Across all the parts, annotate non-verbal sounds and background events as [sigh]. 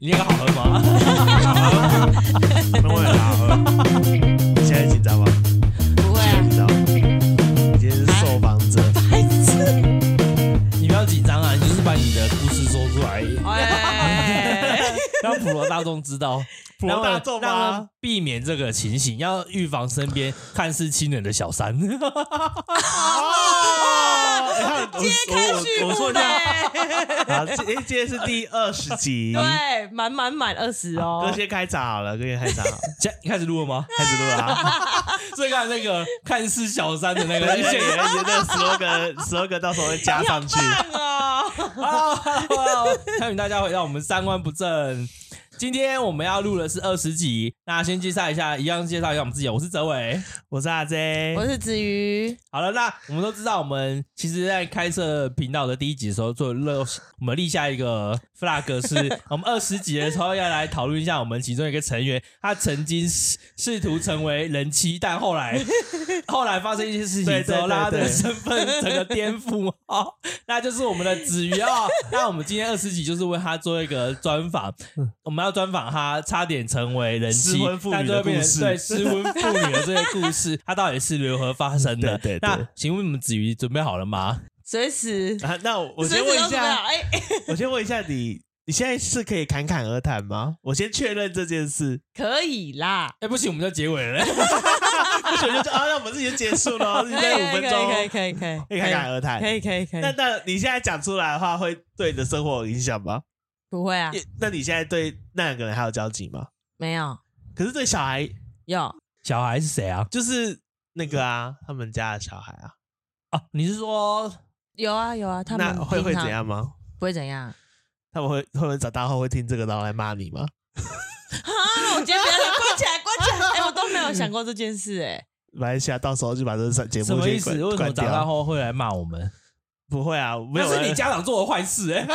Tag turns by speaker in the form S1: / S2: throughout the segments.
S1: 你那个好喝吗？ [laughs]
S2: 啊
S1: 那我也好喝。你现在紧张吗？
S3: 不会啊，
S1: 紧张。你今天是受访者，
S3: 白痴。
S1: 你不要紧张啊，你就是把你的故事说出来， [laughs]
S3: 哎，
S1: 让普罗大众知道， [laughs]
S2: 普罗大众吗
S1: 让他们让他们避免这个情形，要预防身边看似亲人的小 [laughs] 三。
S2: 啊！揭
S3: 开序
S2: 我我
S3: 幕
S2: 说一下，
S3: 呗。
S2: 啊，今诶今天是第二十集，
S3: 对，满满满二十
S2: 哥
S3: 哦。
S2: 先开场好了，哥先开场好了，
S1: 现在开始录了 [laughs] 吗？
S2: 开始录了啊！
S1: 所以刚才那个看似小三的那
S2: 对
S1: 个，
S2: 而且
S1: [laughs]
S2: 而且那个 slogan slogan 到时候会加上去。
S3: 啊，
S1: 好，欢迎大家回到我们三观不正。今天我们要录的是二十集，那先介绍一下，一样介绍一下我们自己。我是哲伟。
S2: 我是阿 J，
S3: 我是子瑜，
S1: 好了，那我们都知道，我们其实在开设频道的第一集的时候，做了我们立下一个 flag
S2: [laughs]
S1: 是，我们二十集的时候要来讨论一下我们其中一个成员，他曾经试试图成为人妻，但后
S2: [laughs]
S1: 来后来发生一些事情之后，
S2: 对对
S1: 让
S2: 对
S1: 他的
S2: 对
S1: 身份整个颠覆哦，那就是我们的子瑜哦。那我们今天二十集就是为他做一个专访，我们要专访他差点成为人妻
S2: 嗯失婚妇，女的
S1: 但最后变
S2: 故
S1: 成
S2: 事
S1: 对失婚妇女的这个故事，它到底是如何发生的？
S2: 嗯对对对
S1: 那请问你们子瑜准备好了吗？
S3: 随时，
S2: 啊，那我我
S3: 随
S2: 先
S3: 时
S2: 问
S3: 都
S2: 一
S3: 准备
S2: [laughs]
S3: 好
S2: 下，
S3: 哎，
S2: 我先问一下你，你现在是可以侃侃而谈吗？我先确认这件事，
S3: 可以啦。
S1: 哎，不行，我们就结尾了。 [laughs]
S2: 不行我就啊，那我们自己就结束 [laughs] 了，自己
S3: 可以
S2: 在五分
S3: 可以
S2: 钟哎
S3: 可以可以
S2: 可以侃侃而谈
S3: 可。以可以可
S2: 那
S3: 以，
S2: 那你现在讲出来的话，会对你的生活有影响吗？
S3: 不会啊，
S2: 也那你现在对那两个人还有交集吗？
S3: 没有，
S2: 可是对小孩，
S3: 有
S1: 小孩是谁啊？
S2: 就是那个啊，他们家的小孩啊，
S1: 啊，你是说
S3: 有啊有啊，他们
S2: 那会会
S3: 平常
S2: 怎？样吗？
S3: 不会
S2: [laughs]
S3: 怎样。
S2: 他们会会不会长大后会听这个然后来骂你吗？
S3: 啊！我今天不要讲，关起来，关起来！哎、我都没有想过这件
S2: [laughs]
S3: 事、哎，
S2: 马来西亚到时候就把这个节目
S1: 什么意思？
S2: 先关
S1: 为什么
S2: 关
S1: 长大
S2: 掉
S1: 后会来骂我们？
S2: 不会啊？没
S1: 那
S2: 有
S1: 是你
S2: 人。
S1: 家长做的坏事哎。
S2: [laughs] 啊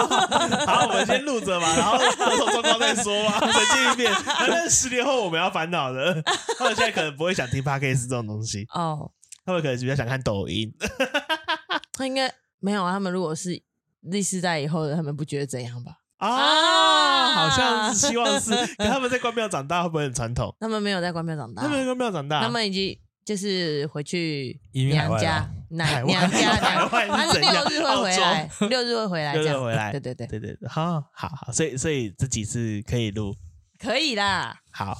S2: 好，我们先录着嘛，然后等种状况再说
S1: [laughs]
S2: 嘛，冷静一遍。反正十年后我们要烦恼的，他们现在可能不会想听 podcast 这种东西，
S3: 哦，
S2: 他们可能比较想看抖音。
S3: 他应该没有啊。他们如果是第四代以后的，他们不觉得怎样吧？
S2: 啊，
S3: 啊
S2: 好像是希望是，可他们在关庙长大会不会很传统？
S3: [laughs] 他们没有在关庙长大
S2: 他，们在关庙长大，
S3: 他们已经就是回去
S1: 移民海
S3: 娘
S1: 外
S3: 家
S1: 了、
S2: 海
S3: 奶
S2: 外
S3: 娘家
S2: [laughs] 海外是
S3: 他
S2: 怎
S3: 六
S2: 样
S3: 日会回来，六日会回来，
S2: 六日
S3: 这样
S2: 回来
S3: 对对对，
S2: 对对对，好好好，所以所以这几次可以录，
S3: 可以啦。
S2: 好好。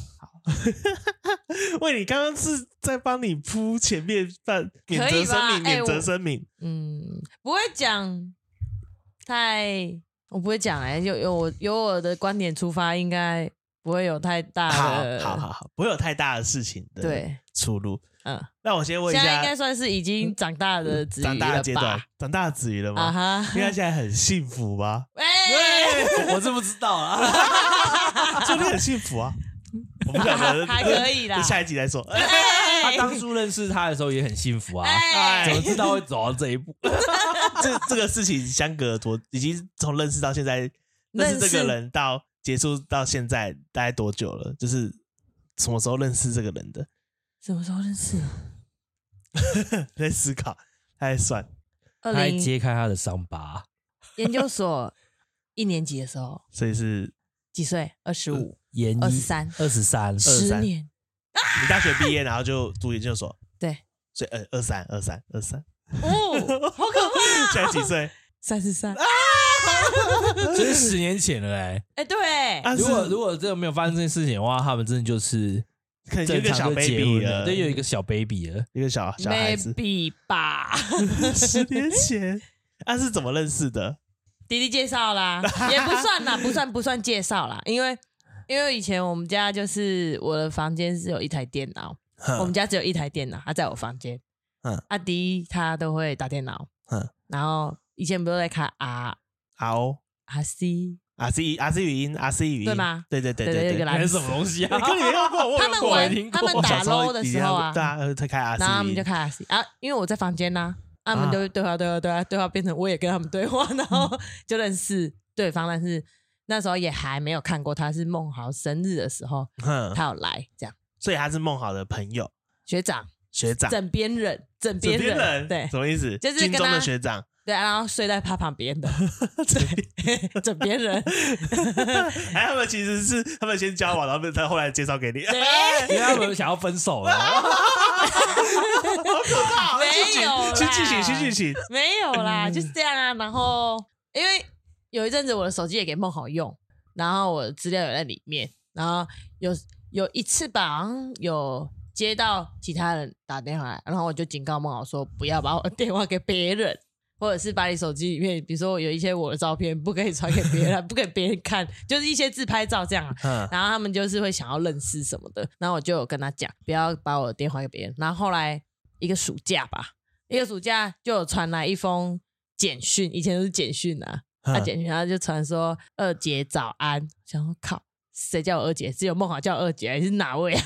S2: 喂，你刚刚是在帮你铺前面半免责声
S3: 可以吧
S2: 明，免
S3: 哎
S2: 责
S3: 我
S2: 声明。
S3: 嗯，不会讲太，我不会讲哎、有有我有我的观点出发，应该不会有太大
S2: 好
S3: 的
S2: 好好好，不会有太大的事情的
S3: 对，
S2: 出入。
S3: 嗯。
S2: 那我先问一
S3: 现在应该
S2: 下，嗯
S3: 算是已经长大的子
S2: 长
S3: 瑜
S2: 大
S3: 了
S2: 的阶段哦
S3: 吧？，
S2: 长大的子瑜了
S3: 啊
S2: 吗？
S3: 哈，
S2: [laughs] 因为他现在很幸福
S3: [laughs]
S2: 吗？
S3: 哎，
S1: [laughs] 我是不知道 [laughs] 啊。
S2: 说不定很幸福啊，我不晓得，[laughs]
S3: [laughs] 还可以啦
S2: 这
S3: [laughs]
S2: 下一集再说。
S1: 他
S3: 哎
S1: 当初认识他的时候也很幸福啊，
S3: 哎
S1: 怎么知道会走到这一步？
S2: 这这个事情相隔多，已经从认识到现在，认识这个人到结束到现在大概多久了？就是什么时候认识这个人的？ [laughs]
S3: 什么时候认识？
S2: 在思考，在算。
S3: 二
S1: 他还
S3: 零
S1: 揭开他的伤疤，
S3: 研究所一年级的时候，
S2: 所以是
S3: 几岁？二十五，
S1: 研一
S3: 23
S1: 二十三，
S3: 十年。
S2: 你大学毕业，然后就读研究所，
S3: 对，
S2: 所以二呃二三二三二三，
S3: 哦，好可怕！
S2: [laughs] 现在几岁？
S3: 三十
S2: 啊
S3: 三，
S1: 这是十年前了哎。
S3: 哎，对，
S2: 啊，
S1: 如果
S2: 是
S1: 如果真的没有发生这件事情的话，他们真的就是
S2: 可能有一
S1: 正
S2: 个小
S1: 常的结
S2: baby
S1: 婚了，
S2: 了，
S1: 对，有一个小 baby 了。
S2: 一个小小孩子，
S3: maybe 吧。 [laughs]
S2: 十年前，啊是怎么认识的？
S3: 弟弟介绍啦，也不算啦，不算不算介绍啦，因为因为以前我们家就是我的房间是有一台电脑，我们
S2: 哼
S3: 家只有一台电脑，他在我房间。
S2: 嗯
S3: 嗯，阿迪他都会打电脑。
S2: 嗯
S3: 嗯，然后以前不都在看 R
S2: 好
S3: R C，
S2: ，R C R C 语音，R C 语音，
S3: 对吗？
S2: 对对对
S3: 对对
S2: 对
S3: 对
S1: 那是什么东西啊
S2: 你？ [laughs] 跟你没用过，我有
S3: 他们
S2: 用过
S3: 玩
S2: 欸
S1: 听过
S3: 他们
S2: 我小
S3: 打
S2: 时候
S3: LO 的
S2: 一定
S3: 时候
S2: 要
S3: 啊，
S2: 对啊，他开 R C，
S3: 然后他们就看 R C 啊，因为我在房间呐、啊，他们就会对话对话对话对话，变成我也跟他们对
S2: 嗯
S3: 话，然后就认识对方，但是那时候也还没有看过他，是梦豪生日的时候
S2: 哼，
S3: 他有来这样。
S2: 所以他是孟好的朋友
S3: 学长，
S2: 学长，
S3: 枕边人，枕
S2: 枕
S3: 边人，
S2: 人
S3: 对
S2: 什么意思？
S3: 就是
S2: 军
S3: 跟
S2: 中的
S3: 他 [laughs]
S2: 学长，
S3: 对，然后睡在他旁
S2: [laughs]
S3: 边的对枕边人，
S2: 哎，他们其实是他们先交往，然后他后来介绍给你，[laughs]
S3: [laughs]
S1: [laughs]
S3: 对，
S1: 因为他们想要分手 [laughs] 了。
S3: 没有啦
S2: 去剧情，去剧情，
S3: 没有啦，就是这样啊。然后因为有一阵子我的手机也给梦好用，然后我的资料也在里面，然后有有一次吧，好像有接到其他人打电话来，然后我就警告梦好说不要把我的电话给别人。或者是把你手机里面，比如说有一些我的照片，不可以传给别人，不给别人看，就是一些自拍照这样啊。
S2: 嗯，
S3: 然后他们就是会想要认识什么的，然后我就有跟他讲，不要把我的电话给别人。然后后来一个暑假吧，一个暑假就有传来一封简讯，以前都是简讯啊，他、
S2: 嗯
S3: 简讯他就传说二姐早安，想说靠。谁叫我二姐？只有梦好叫我二姐，还是哪位啊？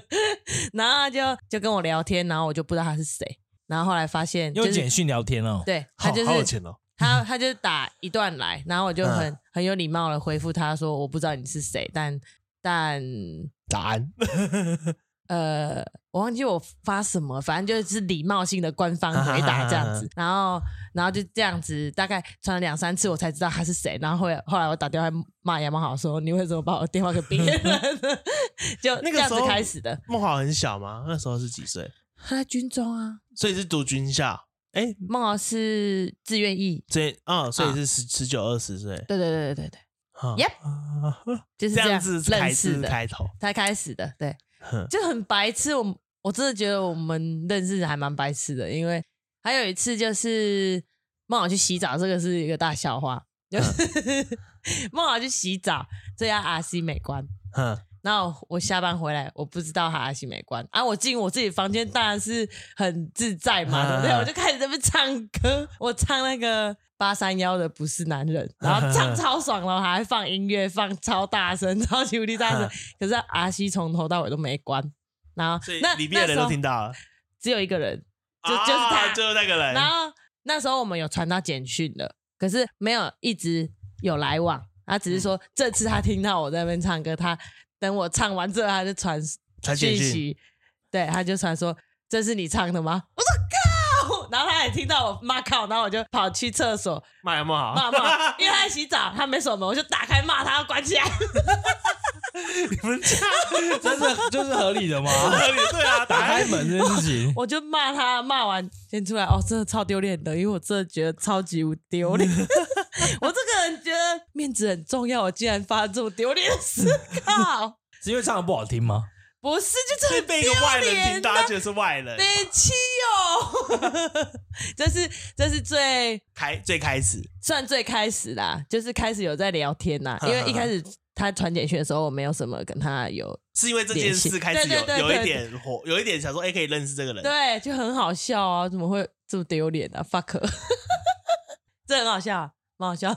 S3: [laughs] 然后他就就跟我聊天，然后我就不知道他是谁。然后后来发现，就
S1: 用
S3: 是
S1: 简讯聊天 [laughs] 哦，
S3: 对他
S2: 好
S3: 就是
S2: 好有钱嗯哦，
S3: 他他就打一段来，然后我就很、很有礼貌的回复他说我不知道你是谁，但但
S2: 答案，
S3: 呃，我忘记我发什么，反正就是礼貌性的官方回答这样子，
S2: 啊
S3: 然后然后就这样子，大概传了两三次我才知道他是谁，然后后来后来我打电话骂杨茂豪说你为什么把我电话给别人， [laughs] 就
S2: 那
S3: 这
S2: 个
S3: 样
S2: 时
S3: 子
S2: 候
S3: 开始的。
S2: 梦华很小吗？那时候是几岁？
S3: 他在军中啊，
S2: 所以是读军校，哎，
S3: 孟豪啊是自愿役，
S2: 所以啊，所以是十十九二十岁，
S3: 对对对对对对，
S2: 啊
S3: Yep 就是
S2: 这样子是
S3: 认
S2: 开
S3: 识
S2: 始
S3: 的，
S2: 开头，
S3: 才开始的，对。
S2: 哼
S3: 就很白痴。我我真的觉得我们认识还蛮白痴的，因为还有一次就是梦好去洗澡，这个是一个大笑话，就是 [laughs] 梦好去洗澡，这要 R C 美观。
S2: 哼，
S3: 然后我下班回来，我不知道他 R C 美观啊，我进我自己房间当然是很自在嘛，对不对？
S2: 啊
S3: 我就开始在那边唱歌，我唱那个。八三幺的不是男人，然后唱超爽了，然后还放音乐放超大声，超级无敌大声
S2: 啊。
S3: 可是阿西从头到尾都没关，然后
S2: 所以
S3: 那
S2: 里面的人都听，到了，
S3: 那时候只有一个人，就
S2: 啊
S3: 就是他
S2: 就是那个
S3: 然
S2: 人，
S3: 后那时候我们有传到简讯了，可是没有一直有来往。他
S2: 嗯
S3: 只是说、这次他听到我在那边唱歌，他等我唱完之后，他就传
S2: 传简
S3: 讯
S2: 讯
S3: 息，对，他就传说这是你唱的吗？我说靠，然后他也听到我骂靠，然后我就跑去厕所
S2: 骂有没有好？
S3: 骂骂，因为他在洗澡，他没锁门，我就打开骂他，关起来。
S2: 你们家
S1: 这是这是合理的吗？
S2: 对啊，
S1: [laughs] 打
S2: 打
S1: 开
S2: 开
S1: 门这件事 [laughs] 情，
S3: 我就骂他，骂完先出来，哦，真的超丢脸的，因为我真的觉得超级无丢脸。 [laughs] 我这个人觉得面子很重要，我竟然发生这么丢脸的事，靠！
S1: 是因为唱的不好听吗？
S3: 不是，就
S2: 所以
S3: 是
S2: 被一个外人听到，
S3: 很
S2: 他觉得是外人，
S3: 北七哦， [laughs] 这是这是最
S2: 开最开始，
S3: 算最开始啦，就是开始有在聊天啦，因为一开始他传简讯的时候，我没有什么跟他有
S2: 是因为这件事开始
S3: 对对
S2: 有
S3: 对
S2: 有
S3: 对
S2: 一点火，有一点想说，哎，可以认识这个人，
S3: 对，就很好笑啊！怎么会这么丢脸啊？fuck，这很好笑、啊，蛮好笑。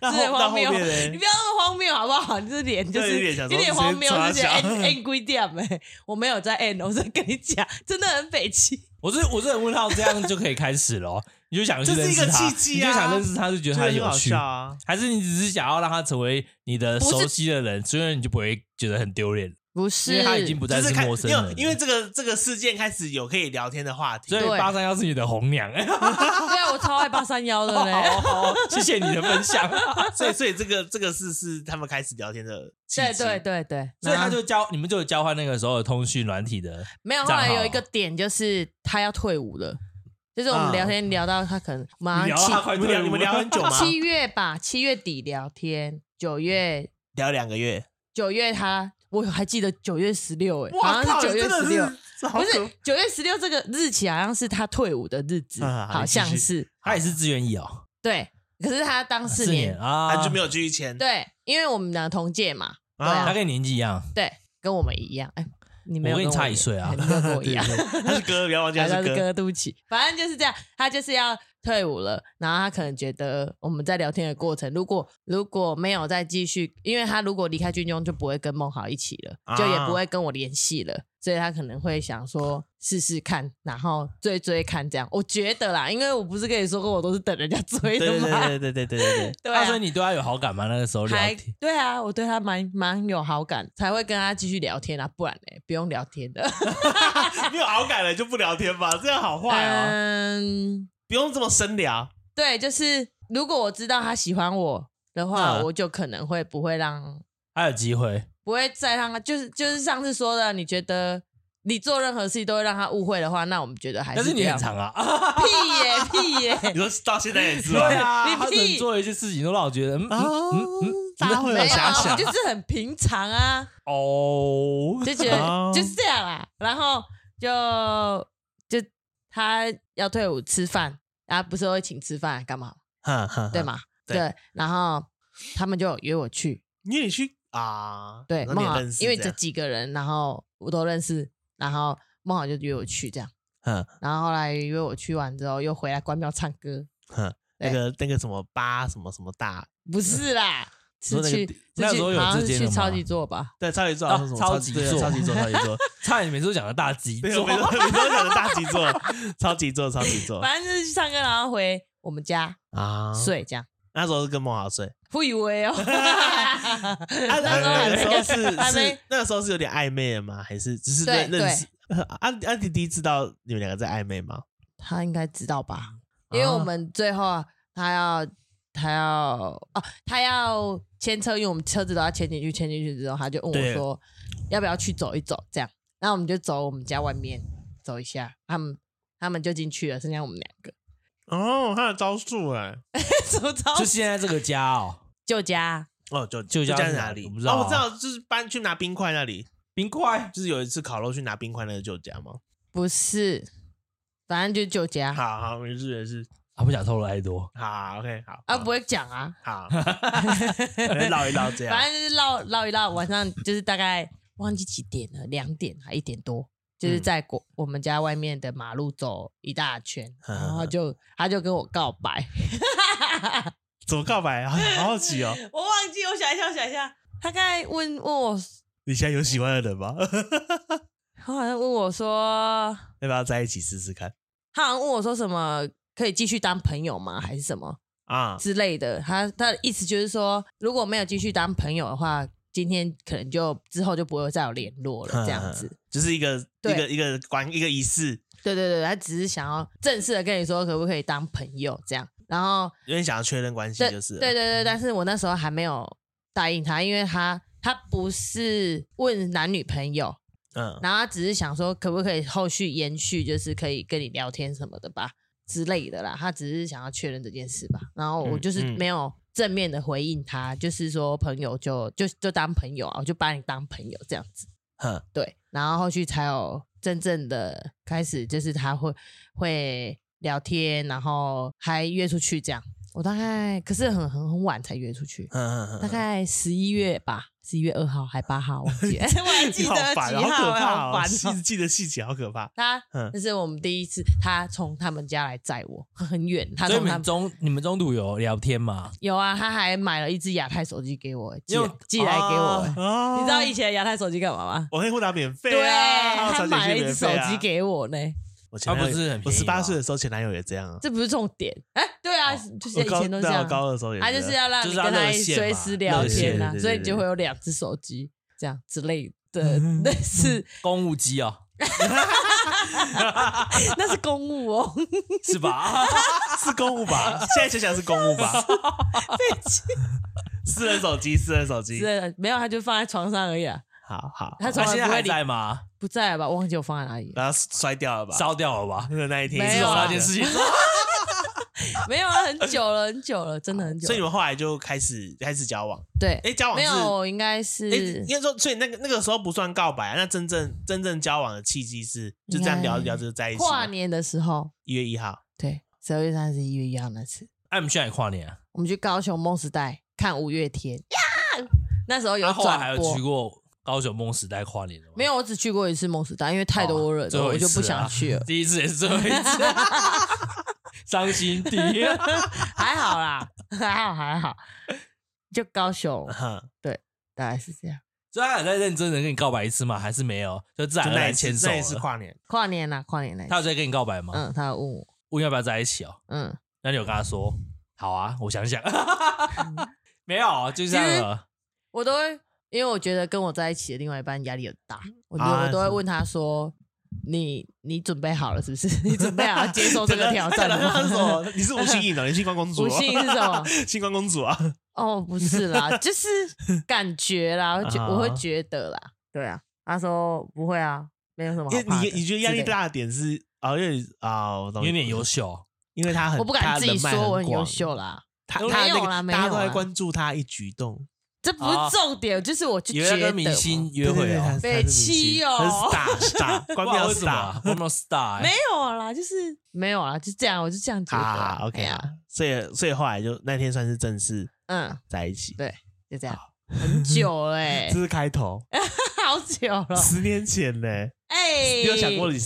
S2: 那
S3: 这很
S2: 后那
S3: 荒
S2: 后
S3: 谬，
S2: 面
S3: 你
S2: 呢
S3: 不？要那么荒谬好不好？你这脸就
S2: 对有
S3: 是
S2: 点想说
S3: 有点荒谬，
S2: 直接
S3: 就是
S2: 抓
S3: N
S2: 小
S3: N 规定哎，我没有在 N，我在跟你讲，真的很北气。
S1: 我是我是很问号，这样就可以开始了哦，你就想去
S2: 这是
S1: 认
S2: 一个
S1: 识他，
S2: 契
S1: 你
S2: 机啊
S1: 就想认识他，就觉得
S2: 就
S1: 他
S2: 很好
S1: 有趣
S2: 笑。啊！
S1: 还是你只是想要让他成为你的
S3: 不是
S1: 熟悉的人，所以你就不会觉得很丢脸，
S3: 不
S1: 因
S3: 是
S1: 为他已经不再
S2: 就是开
S1: 陌生人了。
S2: 因为这个这个事件开始有可以聊天的话题
S1: 所，以
S3: 对
S1: 八三幺是你的红娘，
S3: [laughs] 对啊，我超爱八三幺的
S1: 好
S3: 嘞。
S1: 好好， [laughs] 谢谢你的分享。
S2: 所以所以这个这个事是他们开始聊天的契
S3: 对
S2: 机，
S3: 对对对，
S1: 所以他
S3: 然后
S1: 就交你们就有交换那个时候的通讯软体的，
S3: 没有。后
S1: 账
S3: 来有
S1: 号
S3: 一个点就是他要退伍了，就是我们
S2: 啊
S3: 聊天聊到他可能马
S1: 你聊
S3: 上七
S1: 他快
S2: 你们
S1: 退
S2: 聊
S1: 伍
S2: 你们聊很久吗？
S3: [laughs] 七月吧，七月底聊天，九月
S2: 聊两个月，
S3: 九月他我还记得九月十六哎，好
S2: 哇
S3: 像
S2: 靠，
S3: 是九月
S2: 真的
S3: 十六。
S2: 是这好
S3: 不是
S2: 可
S3: 九月十六这个日期，好像是他退伍的日子，
S2: 啊好
S3: 好像
S2: 你继
S3: 是
S1: 他也是志愿役哦，
S3: 对。可是他当哦
S1: [laughs]
S3: 四
S1: 四年啊，
S2: 他就没有继续签，
S3: 对，因因为我们俩同届嘛，对
S2: 啊
S1: 他
S3: 啊，
S1: 跟你年纪一样，
S3: 对，跟我们一样。哎，你没有
S1: 我跟你
S3: 我
S1: 差一岁啊
S3: 哎你没有跟我一
S2: 对，
S1: [laughs]
S3: 样。
S2: 对他是哥，不要忘记他
S3: 哎他
S2: 是
S3: 是
S2: 哥，
S3: 哥，对不起，反正就是这样。他就是要退伍了，然后他可能觉得我们在聊天的过程，如果如果没有再继续，因为他如果离开军中，就不会跟梦豪一起了，
S2: 啊
S3: 就也不会跟我联系了，所以他可能会想说试试看，然后追追看这样。我觉得啦，因为我不是跟你说过，我都是等人家追
S2: 对
S3: 的
S2: 对
S3: 吗？
S2: 对对对对对对，
S3: [laughs] 对
S1: 那所以
S3: 啊。
S1: 你对他有好感吗？那个时候聊
S3: 还
S1: 天，
S3: 对啊，我对他蛮蛮有好感，才会跟他继续聊天啊，不然呢，不用聊天
S2: [laughs]
S3: 的。呃
S2: 没有好感了就不聊天吧，这样好坏啊！
S3: 嗯，
S2: 不用这么深聊。
S3: 对，就是如果我知道他喜欢我的话，
S2: 嗯
S3: 我就可能会不会让，
S1: 还有机会，
S3: 不会再让他，就是就是上次说的，你觉得你做任何事情都会让他误会的话，那我们觉得还
S1: 但是
S3: 不
S1: 你
S3: 要
S1: 很长
S3: [laughs]
S1: 啊，
S3: 屁耶屁耶，
S1: [laughs]
S2: 你说到现在也是哦
S1: 对
S2: 吗？
S1: 啊，
S3: 你
S1: 他可能
S3: 屁
S1: 做了一些事情都让我觉得，嗯
S2: 啊
S1: 嗯嗯嗯，，
S2: 大家会
S3: 没有
S2: 有遐
S3: 啊，
S2: 想
S3: 就，是很平常啊。
S1: 哦，
S3: 就觉得
S2: 哦
S3: 就是这样啦。然后就就他要退伍吃饭，然后不是会请吃饭干嘛？
S2: 哈哈，
S1: 嗯
S3: 对？吗？
S2: 对
S3: 对。然后他们就有约我去，
S2: 你也去啊？
S3: 对，
S2: 那你
S3: 孟
S2: 也
S3: 好
S2: 认识，
S3: 因为
S2: 这
S3: 这
S2: 样
S3: 几个人，然后我都认识，然后孟好就约我去这样。
S2: 嗯
S3: 然后后来约我去完之后，又回来关庙唱歌，
S2: 哼，
S3: 对
S2: 那个那个什么八什么什么大，
S3: 不是啦，
S2: 嗯说
S3: 是
S2: 那个
S3: 去
S2: 地
S3: 是
S1: 那
S3: 去
S1: 时候有
S3: 好像
S1: 这间
S3: 是去
S1: 了吗
S3: 超级座吧？
S2: 对，超级座
S3: 哦
S1: 啊
S2: 还是什么
S1: 超级
S2: 级对
S1: 座
S2: 超级
S3: [laughs]
S2: 座，超级座，
S1: 差点每次都讲到大吉
S2: 对，
S1: 座
S2: 我每，次每次都讲的大级座，超级座，超级座
S3: [laughs] 反正就是去唱歌，然后回我们家
S2: 啊！
S3: 睡这样。
S2: 那时候是跟孟豪
S3: [laughs]
S2: 睡，
S3: 不以为
S2: [laughs]
S3: 哦，
S2: 啊，
S3: 那时候还
S2: 哎那
S3: 没
S2: 时候是
S3: [laughs] 还没
S2: 是那个时候是有点暧昧了吗？还是只是
S3: 对
S2: 认认识？ [laughs] 安安迪迪知道你们两个在暧昧吗？
S3: 他应该知道吧？因为我
S1: 哦
S3: 们最后啊他要他要哦，他要牵车，因为我们车子都要牵进去，牵进去之后，他就问我
S1: 对
S3: 说要不要去走一走这样，然后我们就走我们家外面走一下，他们他们就进去了，剩下我们两个， [laughs]
S2: 哦，他的招数哎，
S3: 怎么着
S1: 就现在这个家哦，
S3: 旧家
S2: 哦，就
S1: 旧家
S2: 家
S1: 是
S2: 在
S1: 哪
S2: 哪里？
S1: 我不知道啊
S2: 哦我知道，就是搬去拿冰块那里，
S1: 冰块
S2: 就是有一次烤肉去拿冰块那个旧家嘛。
S3: 不是，反正就是旧家
S2: 好好，没事没事，
S1: 啊他不想透露太多，
S2: 好，OK，好
S3: 啊，不会讲啊， [laughs]
S2: 好，唠一唠这样
S3: 反。正就是绕绕一绕，晚上就是大概忘记几点了，两点还一点多，就是在国、我们家外面的马路走一大圈，
S2: [laughs] 嗯
S3: 然后就他就跟我告
S2: [laughs]
S3: 白，
S2: 怎么告白啊？好好奇哦，
S3: 我忘记，我想一下，我想一下，他刚才问问我，
S2: 你现在有喜欢的人吗？ [laughs]
S3: 他好像问我说，
S2: 要不要在一起试试看
S3: 他好像问我说什么可以继续当朋友吗，还是什么
S2: 啊？
S3: 之类的？他他的意思就是说，如果没有继续当朋友的话。今天可能就之后就不会再有联络
S2: [laughs]
S3: 了，这样子。
S2: 就是一个
S3: 对
S2: 一个一个关一个仪式，
S3: 对对对，他只是想要正式的跟你说可不可以当朋友这样，然后
S2: 有点想要确认关系
S3: 对，
S2: 就是了。
S3: 对对对，但是我那时候还没有答应他，因为他他不是问男女朋友，
S2: 嗯，
S3: 然后他只是想说可不可以后续延续，就是可以跟你聊天什么的吧之类的啦，他只是想要确认这件事吧，然后我
S2: 嗯
S3: 就是
S2: 嗯
S3: 没有正面的回应他，就是说朋友就就就当朋友啊，我就把你当朋友这样子。
S2: 哼，
S3: 对，然后后续才有真正的开始，就是他会会聊天，然后还约出去这样。我大概可是很很很晚才约出去，
S2: 嗯嗯
S3: 大概十一月吧，十一月二号还八号，忘记了，我还记
S2: 你
S3: 得
S2: 好烦，
S3: 几
S2: 好可
S3: 号，
S2: 怕
S3: 好
S2: 哦！
S3: [laughs] 烦
S2: 细 [laughs]
S3: 哦。
S2: 记得细节好可怕。
S3: 他
S2: 嗯
S3: 那是我们第一次，他从他们家来载我，很远，他
S1: 所以你
S3: 从他
S1: 们中你们中途有聊天吗？
S3: 有啊，他还买了一只亚太手机给我，寄
S1: 用
S3: 寄来给我。
S2: 哦
S3: 你知道以前亚太手机干嘛吗？
S2: 我可以互打免费
S3: 对，
S2: 啊，
S3: 他
S2: 传简
S3: 买
S2: 讯
S3: 了一只
S2: 免
S3: 手
S2: 费啊
S3: 机。给我呢。
S2: 我前男友
S1: 啊不是很便宜吗
S2: 我十八岁的时候前男友也这样啊，
S3: 这不是重点。哎、对啊，就是
S2: 我
S3: 以
S2: 高
S3: 前都是
S2: 对
S3: 这
S2: 啊我
S3: 样，
S2: 高二的时候也
S3: 他就是啊要让
S1: 就
S3: 你
S1: 是要
S3: 跟他
S1: 热线
S3: 随
S1: 嘛
S3: 时聊
S1: 热线
S3: 天啊，
S2: 对对对
S3: 所以
S2: 对
S3: 你就会有两只手机这样之类的，那是
S1: 公务机哦，
S3: 那是公务哦，
S1: 是吧？
S2: [laughs] 是公务吧？现在想想是公务
S3: [laughs]
S2: 吧？私人手机，私人手机，
S3: 是没有，他就放在床上而已啊，
S2: 好好，
S3: 他从
S1: 哦他
S3: 来
S1: 现在
S3: 不会
S1: 还
S3: 理，
S1: 在吗？
S3: 不在了吧？我忘记我放在哪
S2: [laughs]
S3: 里了，
S2: 然后摔掉了吧？
S1: 烧掉了吧？
S2: 的那一天，
S3: 啊没
S1: 自
S3: 有
S1: 从
S3: 啊
S1: 那件事情，
S3: 没有啊，很久了，很久了，真的很久了。
S2: 所以你们后来就开始开始交往？
S3: 对，
S2: 哎，交往
S3: 没
S2: 是
S3: 有，我应该是
S2: 哎，应该说，所以那个那个时候不算告白啊，那真正真正交往的契机是就这样聊
S3: 应该
S2: 聊着在一起。
S3: 跨年的时候，
S2: 一月一号， [laughs]
S3: 对，十二月三十一月一号那次，
S1: 哎，你们去哪里跨 [laughs] 年啊？
S3: 我们去高雄梦时代看五月天，呀那时候有
S1: 他后来还
S3: 转
S1: 有
S3: 播
S1: 去。过高雄梦时代跨年的吗？
S3: 没有，我只去过一次梦时代，因为太多人
S1: 最
S3: 了，
S1: 后
S3: 我
S1: 一次
S3: 就
S1: 啊
S3: 不想
S1: [laughs]
S3: 去了
S1: [laughs] 。第一次也是最后一
S3: [laughs]
S1: 次，伤心地。 [laughs]
S3: 还好啦， [laughs] 还好还好，就高雄
S2: 哈，
S3: 大概是这样。
S1: 所以他有在认真的跟你告白一次吗？还是没有？就自然
S2: 就
S1: 而
S2: 那一
S1: 然
S2: 次
S1: 牵手
S2: 那一次
S1: 了。
S2: 跨
S3: [laughs]
S2: 年，
S3: 跨年啦，跨年那一
S1: 他有
S3: 次，
S1: 在跟你告白吗？
S3: 嗯，他有问我，
S1: 问要不要在一起哦？ [laughs]
S3: 嗯，
S1: 那你有跟他说好啊？我想 [laughs] 想，没有啊，就这
S3: 其
S1: 样
S3: 实
S1: 了。嗯
S3: 我都会，因为我觉得跟我在一起的另外一半压力很大，我就
S2: 啊
S3: 我都会问他说，你你准备好了是不 [laughs] 是？你准
S2: [laughs]
S3: 备好要啊接
S1: [laughs]
S3: 受这个挑战了
S2: 啊他是什
S3: 吗？
S2: 么？
S3: [laughs]
S2: 你是吴欣颖哦，你星光公主、
S3: 不
S2: 哦。
S3: 信是什么？
S2: [laughs] 星光公主啊，
S3: 哦，不是啦， [laughs] 就是感觉啦，我觉
S2: 啊
S3: 我会觉得啦，对啊。他说不会啊，没有什么
S2: 你
S3: 好怕的
S2: 你你觉得压力
S3: 之类的？
S2: 大的点是啊，因为啊，我懂
S1: 有点优，秀，
S2: 因为他很啊
S3: 我不敢自己说我很优，秀
S2: 了。
S3: 啦，
S2: 他
S3: 我
S2: 他
S3: 没有
S2: 那个
S3: 啦没
S2: 大家都
S3: 有啊
S2: 在
S3: 啦
S2: 关注他一举动，
S3: 这不是
S1: 啊
S3: 重点，就是我就
S1: 以
S3: 觉
S1: 为要
S3: 得
S1: 跟明星约
S2: 对
S1: 会
S2: 对对他
S1: 哦
S2: 是，
S3: 北七哦
S2: 他是 star
S3: [laughs]
S2: star，关
S1: 不知道欸
S2: 掉
S1: 为什
S2: star
S1: 么啊关庙 star，
S3: 没有啦，就是没有啦，就这样，我就这样觉得
S2: 啊
S3: 啦。
S2: ，OK
S3: 哎呀
S2: 啊，所以所以后来就那天算是正式
S3: 嗯，
S2: 在一起，
S3: 对，就这样，很久
S2: [laughs]
S3: 了欸
S2: 这是开头，
S3: 好久了，
S2: 十年前呢，
S3: 哎，
S2: 你有想过你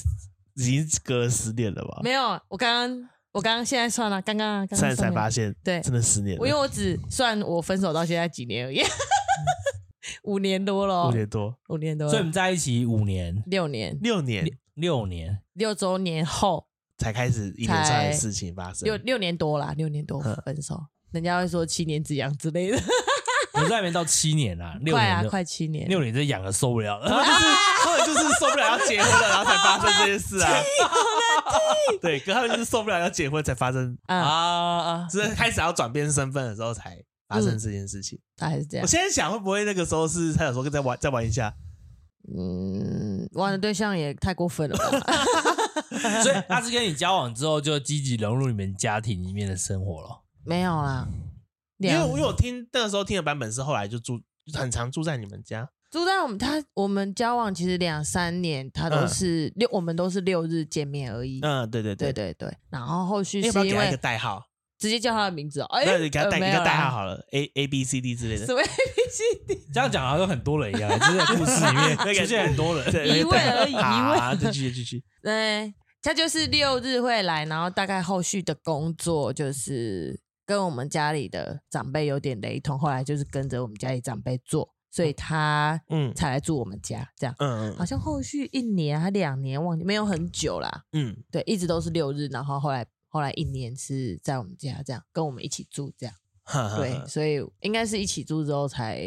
S2: 已经隔了十年了吧？
S3: 没有？我刚刚我刚刚现在算了，刚刚啊刚
S2: 现在
S3: 刚
S2: 才
S3: 算了
S2: 发现，
S3: 对
S2: 真的十年了，
S3: 我因为我只算我分手到现在几年而已， [laughs] 五年多了，
S2: 五年多，
S3: 五年多
S1: 所以我
S3: 了，
S1: 们在一起五年，
S3: 六年
S2: 六年
S1: 六年，
S3: 六周年后
S2: 才开始一连串的
S3: 才
S2: 事情发生，
S3: 六六年多啦，六年多
S2: 嗯
S3: 分手，人家会说七年之痒之类的，
S1: 我在那边到七年了，六
S3: 快啊
S1: 年就
S3: 快七年，
S1: 六年这痒的受不了
S2: 他
S1: 了，
S2: 们
S3: [laughs]
S2: 就是他们就是受不了要结婚了，然后才发生这件事啊。 [laughs] 对，可他们就是受不了要结婚才发生，
S3: 啊，
S1: 啊，
S2: 就是开始要转变身份的时候才发
S3: 嗯
S2: 生这件事情。
S3: 大概是这样
S2: 我。现在想，会不会那个时候是他有时候再玩再玩一下？
S3: 嗯，玩的对象也太过分了吧？
S2: [laughs]
S1: [laughs] 所以他是跟你交往之后就积极融入你们家庭里面的生活了。
S3: 没有啦，
S2: 因为我
S3: 两
S2: 有听那个时候听的版本是后来就住很常住在你们家，
S3: 住在我们他我们交往其实两三年，他都
S2: 嗯
S3: 是六，我们都是六日见面而已。
S2: 嗯，对对
S3: 对
S2: 对。
S3: 对对，然后后续
S2: 你要
S3: 是
S2: 不要给
S3: 因
S2: 他一
S3: 为
S2: 个代号？
S3: 直接叫他的名字哦，哎、
S2: 那你给他带
S3: 呃
S2: 一
S3: 没有
S2: 个
S3: 啦
S2: 代号好了，A A B C D 之类的
S3: 什。么 A B C D？
S1: 这样讲好像很多人一样，就是在故事里 [laughs] 面
S2: [laughs] 那个
S1: 出现很多人。
S2: 对
S3: 一位而已一位
S2: 啊，对继续继续。
S3: [laughs] 对，他就是六日会来，然后大概后续的工作就是跟我们家里的长辈有点雷同，后来就是跟着我们家里长辈做，所以他
S2: 嗯
S3: 才来住我们家这样。
S2: 嗯
S3: 好
S2: 嗯
S3: 像后续一年还两年忘记，没有很久啦。
S2: 嗯，
S3: 对，一直都是六日，然后后来后来一年是在我们家这样，跟我们一起住这样。
S2: 哈
S1: 嗯
S2: 哈
S3: 对，所以应该是一起住之后才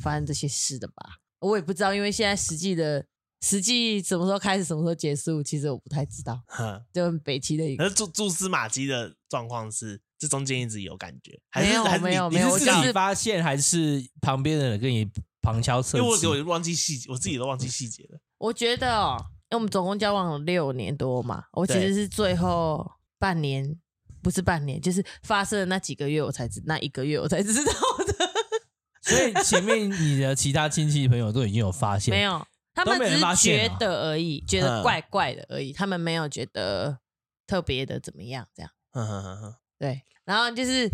S3: 发生这些事的吧？我也不知道，因为现在实际的实际什么时候开始，什么时候结束，其实我不太知道。
S2: 哈
S3: 就很北齐的一
S2: 可
S1: [laughs]
S3: 个，
S2: 是蛛蛛丝马迹的状况是，这中间一直有感觉，还
S3: 没
S2: 是
S3: 有
S2: 还是
S3: 没有
S2: 你
S1: 你
S3: 没有
S1: 是
S3: 我
S1: 自
S3: 就
S1: 己
S3: 是
S1: 发现还是旁边的人跟你旁敲侧
S2: 因为我
S1: 击？
S2: 我忘记细节，我自己都忘记细节了。
S3: 我觉得哦，因为我们总共交往了六年多嘛，我其
S2: 对
S3: 实是最后半年，不是半年，就是发生的那几个月，我才知那一个月我才知道的，
S1: [laughs] 所以前面你的其他亲戚朋友都已经有发现，
S3: 没有，他
S1: 都
S3: 们
S1: 没人
S3: 只
S1: 发
S3: 是
S1: 现
S3: 觉
S1: 啊
S3: 得而已，觉得
S2: 嗯
S3: 怪怪的而已，他们没有觉得特别的怎么样这样。
S2: 嗯哼哼哼
S3: 对，然后就是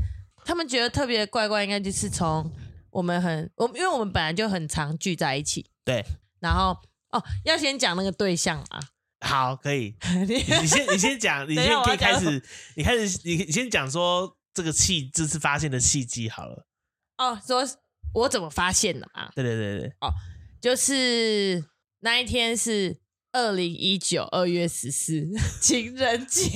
S3: 他们觉得特别怪怪，应该就是从我们很我因为我们本来就很常聚在一起，
S2: 对，
S3: 然后哦要先讲那个对象啊， [laughs]
S2: 好，可以，
S3: 你
S2: 你你先你先讲，你
S3: [laughs] 等一
S2: 先
S3: 下
S2: 可以
S3: 我要讲
S2: 开始，你开始你你先讲说这个契这次发现的契机好了。
S3: 哦说我怎么发现的嘛，
S2: 对对对对，
S3: 就是那一天是二零一九二月十四 [laughs] 情人节，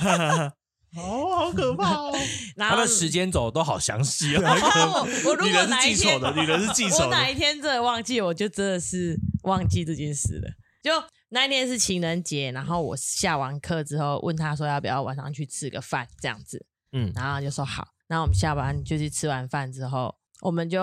S3: [laughs]
S2: 哦，好可怕哦！
S3: 然
S1: 他
S3: 后
S1: 们时间轴都好详细 [laughs]
S2: 很
S1: 哦。
S2: 可
S3: 然后我我如
S2: 女
S3: 果
S2: 人
S3: 哪
S2: 是
S3: 一
S2: 记
S3: 天
S2: 仇的，
S3: [laughs]
S2: 女人是记
S3: 我
S2: 仇的
S3: 哪。一天真的忘记，我就真的是忘记这件事了。就那一天是情人节，然后我下完课之后问他说要不要晚上去吃个饭这样子，
S2: 嗯
S3: 然后他就说好。然后我们下班就去吃完饭之后，我们就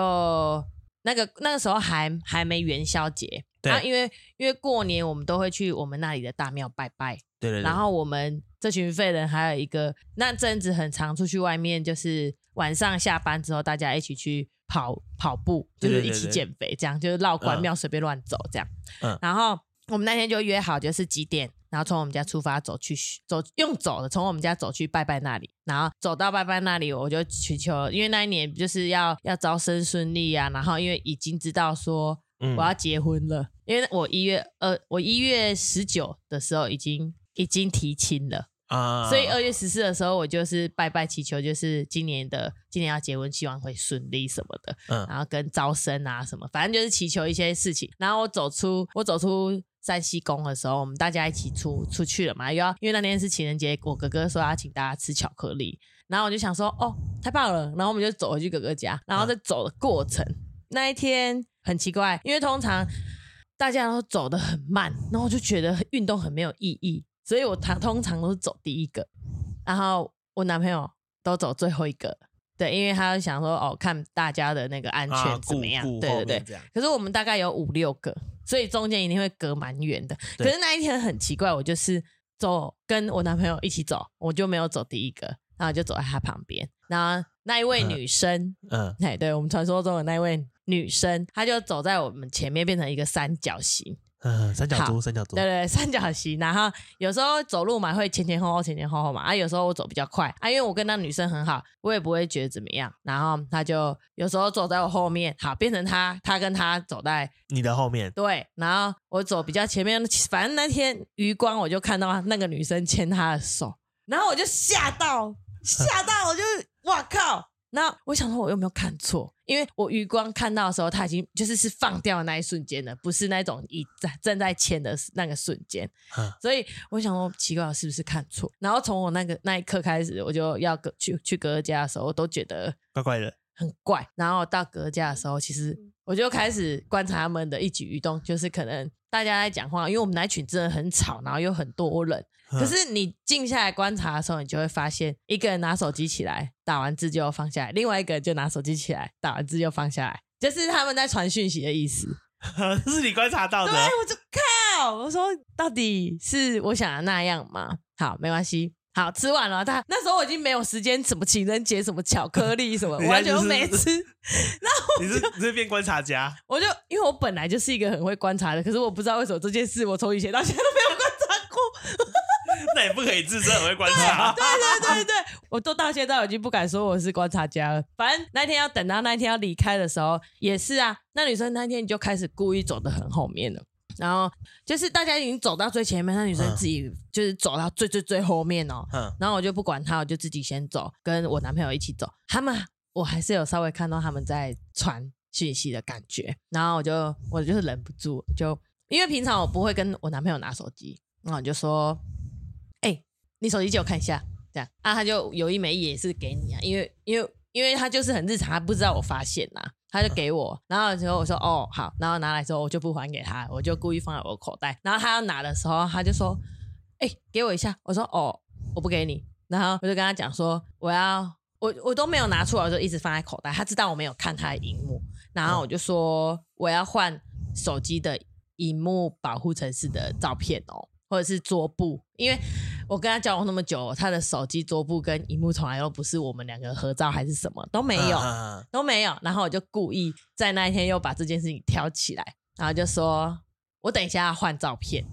S3: 那个那个时候还还没元宵节，
S2: 对
S3: 啊、因为因为过年我们都会去我们那里的大庙拜拜，
S2: 对对对，
S3: 然后我们这群废人还有一个那阵子很常出去外面，就是晚上下班之后大家一起去跑跑步，就
S2: 对
S3: 是
S2: 对
S3: 一
S2: 对
S3: 起
S2: 对
S3: 减肥，这样就是绕关庙随便乱走这样。
S2: 嗯
S3: 然后我们那天就约好就是几点，然后从我们家出发走去走用走的，从我们家走去拜拜那里，然后走到拜拜那里，我就祈求，因为那一年就是要要招生顺利啊，然后因为已经知道说
S2: 嗯
S3: 我要结婚了，因为我一月呃，我一月十九的时候已经已经提亲了，
S2: 啊，
S3: 所以二月十四的时候我就是拜拜祈求，就是今年的今年要结婚，希望会顺利什么的，
S2: 嗯
S3: 然后跟招生啊什么，反正就是祈求一些事情。然后我走出我走出山西宫的时候，我们大家一起出出去了嘛，又要因为那天是情人节，我哥哥说要请大家吃巧克力，然后我就想说哦太棒了，然后我们就走回
S2: 嗯
S3: 去哥哥家，然后在走的过程、那一天很奇怪，因为通常。大家都走得很慢，然后我就觉得运动很没有意义，所以我常通常都是走第一个，然后我男朋友都走最后一个，对，因为他想说哦，看大家的那个安
S2: 啊
S3: 全怎么样，
S2: 顾顾
S3: 对
S2: 后
S3: 对对
S2: 面，这样
S3: 可是我们大概有五六个，所以中间一定会隔蛮远的。可
S2: 对
S3: 是那一天很奇怪，我就是走跟我男朋友一起走，我就没有走第一个，然后就走在他旁边。然后那一位女生，
S2: 嗯，
S3: 哎、对我们传说中的那一位女生，她就走在我们前面，变成一个三角形。
S2: 嗯，三角
S3: 好
S2: 洲，三角洲
S3: 对，对对，三角形。然后有时候走路嘛，会前前后后，前前后后嘛。啊，有时候我走比较快啊，因为我跟那女生很好，我也不会觉得怎么样。然后她就有时候走在我后面，好，变成她，她跟她走在
S2: 你的后面，
S3: 对，然后我走比较前面，反正那天余光我就看到那个女生牵他的手，然后我就吓到，吓到我就哇靠！那我想说，我有没有看错？因为我余光看到的时候，他已经就是是放掉的那一瞬间了，不是那种已在正在牵的那个瞬间
S2: 嗯。
S3: 所以我想说，奇怪，我是不是看错？然后从我那个那一刻开始，我就要哥去去哥哥家的时候，我都觉得
S2: 怪怪的， [laughs]
S3: 很怪。然后到隔家的时候，其实
S2: 嗯
S3: 我就开始观察他们的一举一动，就是可能大家在讲话，因为我们那一群真的很吵，然后又很多人。
S2: 嗯
S3: 可是你静下来观察的时候，你就会发现，一个人拿手机起来打完字就放下来，另外一个人就拿手机起来打完字就放下来，就是他们在传讯息的意思。
S2: 这是你观察到的哦
S3: 对，我就靠，我说到底是我想的那样吗？好，没关系。好，吃完了，但那时候我已经没有时间什么情人节、什么巧克力什么，
S2: [laughs]
S3: 我
S2: 人家
S3: 完全都
S2: 就是
S3: 没吃。
S2: 你是你是变观察家，
S3: 我就因为我本来就是一个很会观察的，可是我不知道为什么这件事，我从以前到现在都没有观察过。
S2: 那也不可以自称很会观察， [laughs]
S3: 对啊对对对，我都到现在我已经不敢说我是观察家了。反正那天要等到那天要离开的时候，也是啊，那女生那天就开始故意走得很后面了。然后就是大家已经走到最前面，那女生自己就是走到最最最后面哦。
S2: 嗯，
S3: 然后我就不管她，我就自己先走，跟我男朋友一起走。他们我还是有稍微看到他们在传讯息的感觉，然后我就我就是忍不住，就因为平常我不会跟我男朋友拿手机，然后我就说：“哎、你手机借我看一下。”这样啊，他就有意没意也是给你啊，因为因为因为他就是很日常，他不知道我发现呐、他就给我，然后之后我说哦好，然后拿来之后我就不还给他，我就故意放在我口袋，然后他要拿的时候他就说，哎、给我一下，我说哦我不给你，然后我就跟他讲说我要我我都没有拿出来，我就一直放在口袋，他知道我没有看他的荧幕，然后我就说我要换手机的荧幕保护城市的照片哦，或者是桌布，因为我跟他交往那么久，他的手机桌布跟荧幕从来都不是我们两个合照还是什么都没有，
S2: 嗯
S3: 都没有。然后我就故意在那一天又把这件事情挑起来，然后就说我等一下要换照片，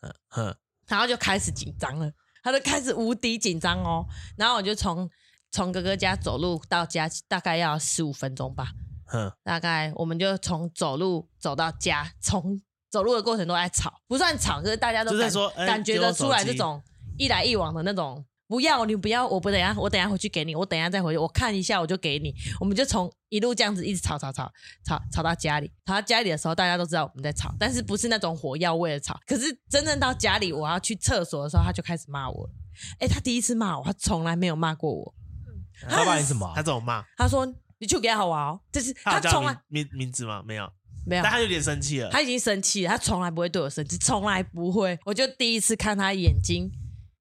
S2: 嗯嗯，
S3: 然后就开始紧张了，他就开始无敌紧张哦。然后我就从从哥哥家走路到家大概要十五分钟吧，
S2: 嗯
S3: 大概我们就从走路走到家，从走路的过程都在吵，不算吵，可是大家都
S2: 就是
S3: 感
S2: 说哎
S3: 感觉得出来
S2: 给
S3: 这
S2: 我手机
S3: 种一来一往的那种，不要你不要，我不等一下，我等一下回去给你，我等一下再回去，我看一下我就给你，我们就从一路这样子一直吵吵吵吵吵到家里，吵到家里的时候，大家都知道我们在吵，但是不是那种火药味的吵，可是真正到家里我要去厕所的时候，他就开始骂我了，哎，他第一次骂我，他从来没有骂过我，
S1: 他骂你什么啊
S2: 他？这种骂，
S3: 他说你去给他好玩哦，就是
S2: 他
S3: 他
S2: 有叫
S3: 从来
S2: 名名名字吗？没有，
S3: 没有
S2: 但。他有点生气了，
S3: 他已经生气了，他从来不会对我生气，从来不会。我就第一次看他眼睛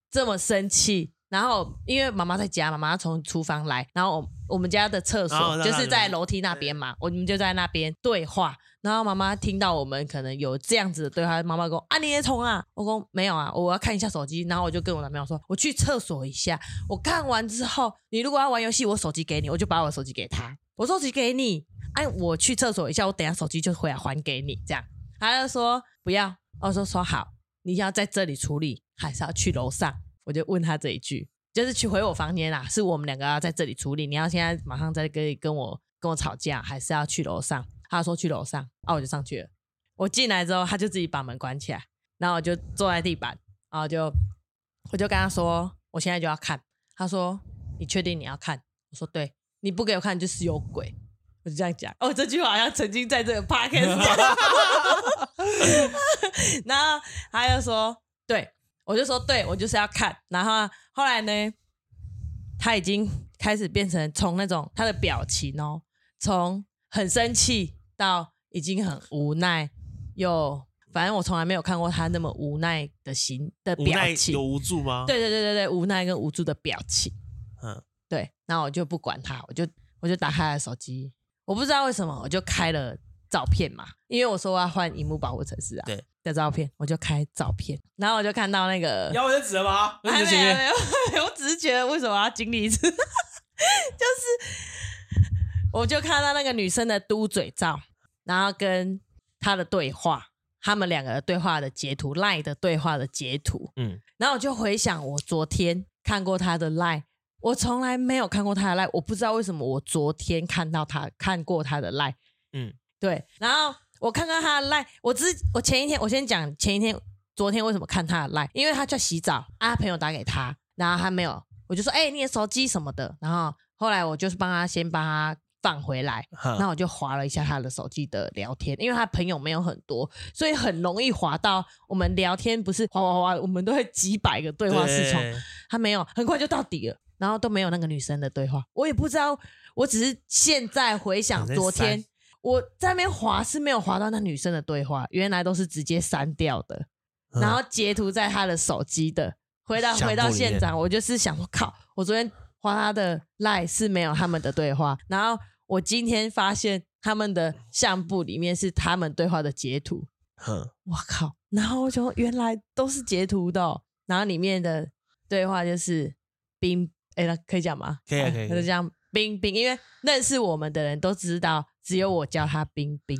S3: 这么生气。然后因为妈妈在家，妈妈从厨房来，然后我我们家的厕
S2: 然后
S3: 所
S2: 让
S3: 就
S2: 他
S3: 是
S2: 们
S3: 在楼梯那边嘛，我们就在那边对话。然后妈妈听到我们可能有这样子的对话，妈妈跟我啊你也冲啊，我说没有啊，我要看一下手机。然后我就跟我男朋友说，我去厕所一下。我看完之后，你如果要玩游戏，我手机给你，我就把我手机给他，我手机给你，哎，我去厕所一下，我等一下手机就回来还给你，这样。他就说不要，我说说好，你要在这里处理，还是要去楼上？我就问他这一句，就是去回我房间啦，是我们两个要在这里处理，你要现在马上在跟跟我跟我吵架，还是要去楼上？他说去楼上，啊，我就上去了。我进来之后，他就自己把门关起来，然后我就坐在地板，然后就我就跟他说，我现在就要看。他说你确定你要看？我说对，你不给我看就是有鬼。我就这样讲哦，这句话好像曾经在这个 podcast [laughs] 讲然后他就说：“对，我就说对，我就是要看。”然后后来呢，他已经开始变成从那种他的表情哦，从很生气到已经很无奈，有，反正我从来没有看过他那么无奈的心的
S2: 无
S3: 表
S2: 奈
S3: 情
S2: 有。无助吗？，
S3: 对对对对对，无奈跟无助的表情。
S2: 嗯，
S3: 对，然后我就不管他，我就我就打开了手机，我不知道为什么我就开了照片嘛，因为我说我要换荧幕保护程式啊。
S2: 对
S3: 的照片，我就开照片，然后我就看到那个
S1: 要我就指了吗？
S3: 还
S1: 就是
S3: 没
S1: 前
S3: 有
S1: 面
S3: 没有，没有我只是觉得为什么要经历一次， [laughs] 就是我就看到那个女生的嘟嘴照，然后跟她的对话，他们两个的对话的截图，line 的对话的截图，
S2: 嗯，
S3: 然后我就回想我昨天看过她的 line，我从来没有看过她的 line，我不知道为什么我昨天看到她看过她的 line，
S2: 嗯，
S3: 对，然后我看到她的 line，我之我前一天我先讲前一天昨天为什么看她的 line，因为她在洗澡啊，朋友打给她，然后她没有，我就说哎、你的手机什么的，然后后来我就是帮她先帮她放回来，
S2: 哈
S3: 那我就划了一下他的手机的聊天，因为他朋友没有很多，所以很容易划到我们聊天，不是划划划，我们都会几百个对话视窗，
S2: 对
S3: 他没有，很快就到底了，然后都没有那个女生的对话，我也不知道，我只是现在回想
S2: 你在
S3: 昨
S2: 删
S3: 天我在那边划是没有划到那女生的对话，原来都是直接删掉的，
S2: 嗯
S3: 然后截图在他的手机的。回到
S2: 相簿
S3: 回到
S2: 里面
S3: 现场，我就是想，我靠，我昨天花他的 line 是没有他们的对话，然后我今天发现他们的相簿里面是他们对话的截图，
S2: 哼
S3: 我靠！然后我就原来都是截图的哦、然后里面的对话就是冰，哎，那可以讲吗？
S2: 可以啊
S3: 哎
S2: 可以可以
S3: 他就这样冰冰，因为认识我们的人都知道，只有我叫她冰冰，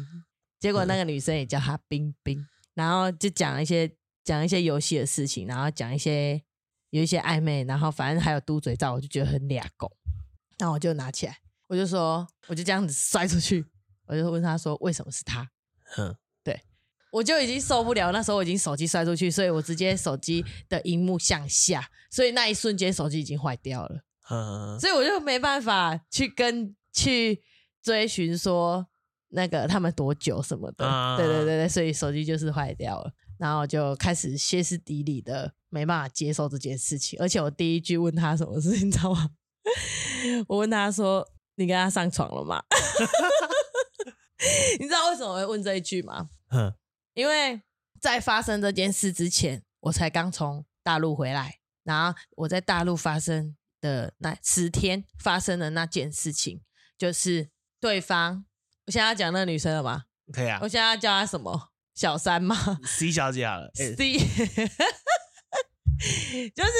S3: 结果那个女生也叫她冰冰，然后就讲一些讲一些游戏的事情，然后讲一些有一些暧昧，然后反正还有嘟嘴照，我就觉得很俩狗，然后我就拿起来，我就说，我就这样子摔出去，我就问他说为什么是他，
S2: 哼，
S3: 我就已经受不了，那时候我已经手机摔出去，所以我直接手机的荧幕向下，所以那一瞬间手机已经坏掉了，
S2: 哼，
S3: 所以我就没办法去跟去追寻说那个他们多久什么的，
S2: 啊
S3: 对对对对，所以手机就是坏掉了，然后就开始歇斯底里的没办法接受这件事情，而且我第一句问他什么事，你知道吗？ [laughs] 我问他说：“你跟他上床了吗？” [laughs] 你知道为什么我会问这一句吗？
S2: 哼，
S3: 因为在发生这件事之前，我才刚从大陆回来，然后我在大陆发生的那十天发生的那件事情，就是对方，我现在要讲那个女生了吗？
S2: 可以啊
S3: 我现在要叫她什么？小三吗
S2: ，C 小姐好了，哎
S3: ？C，就是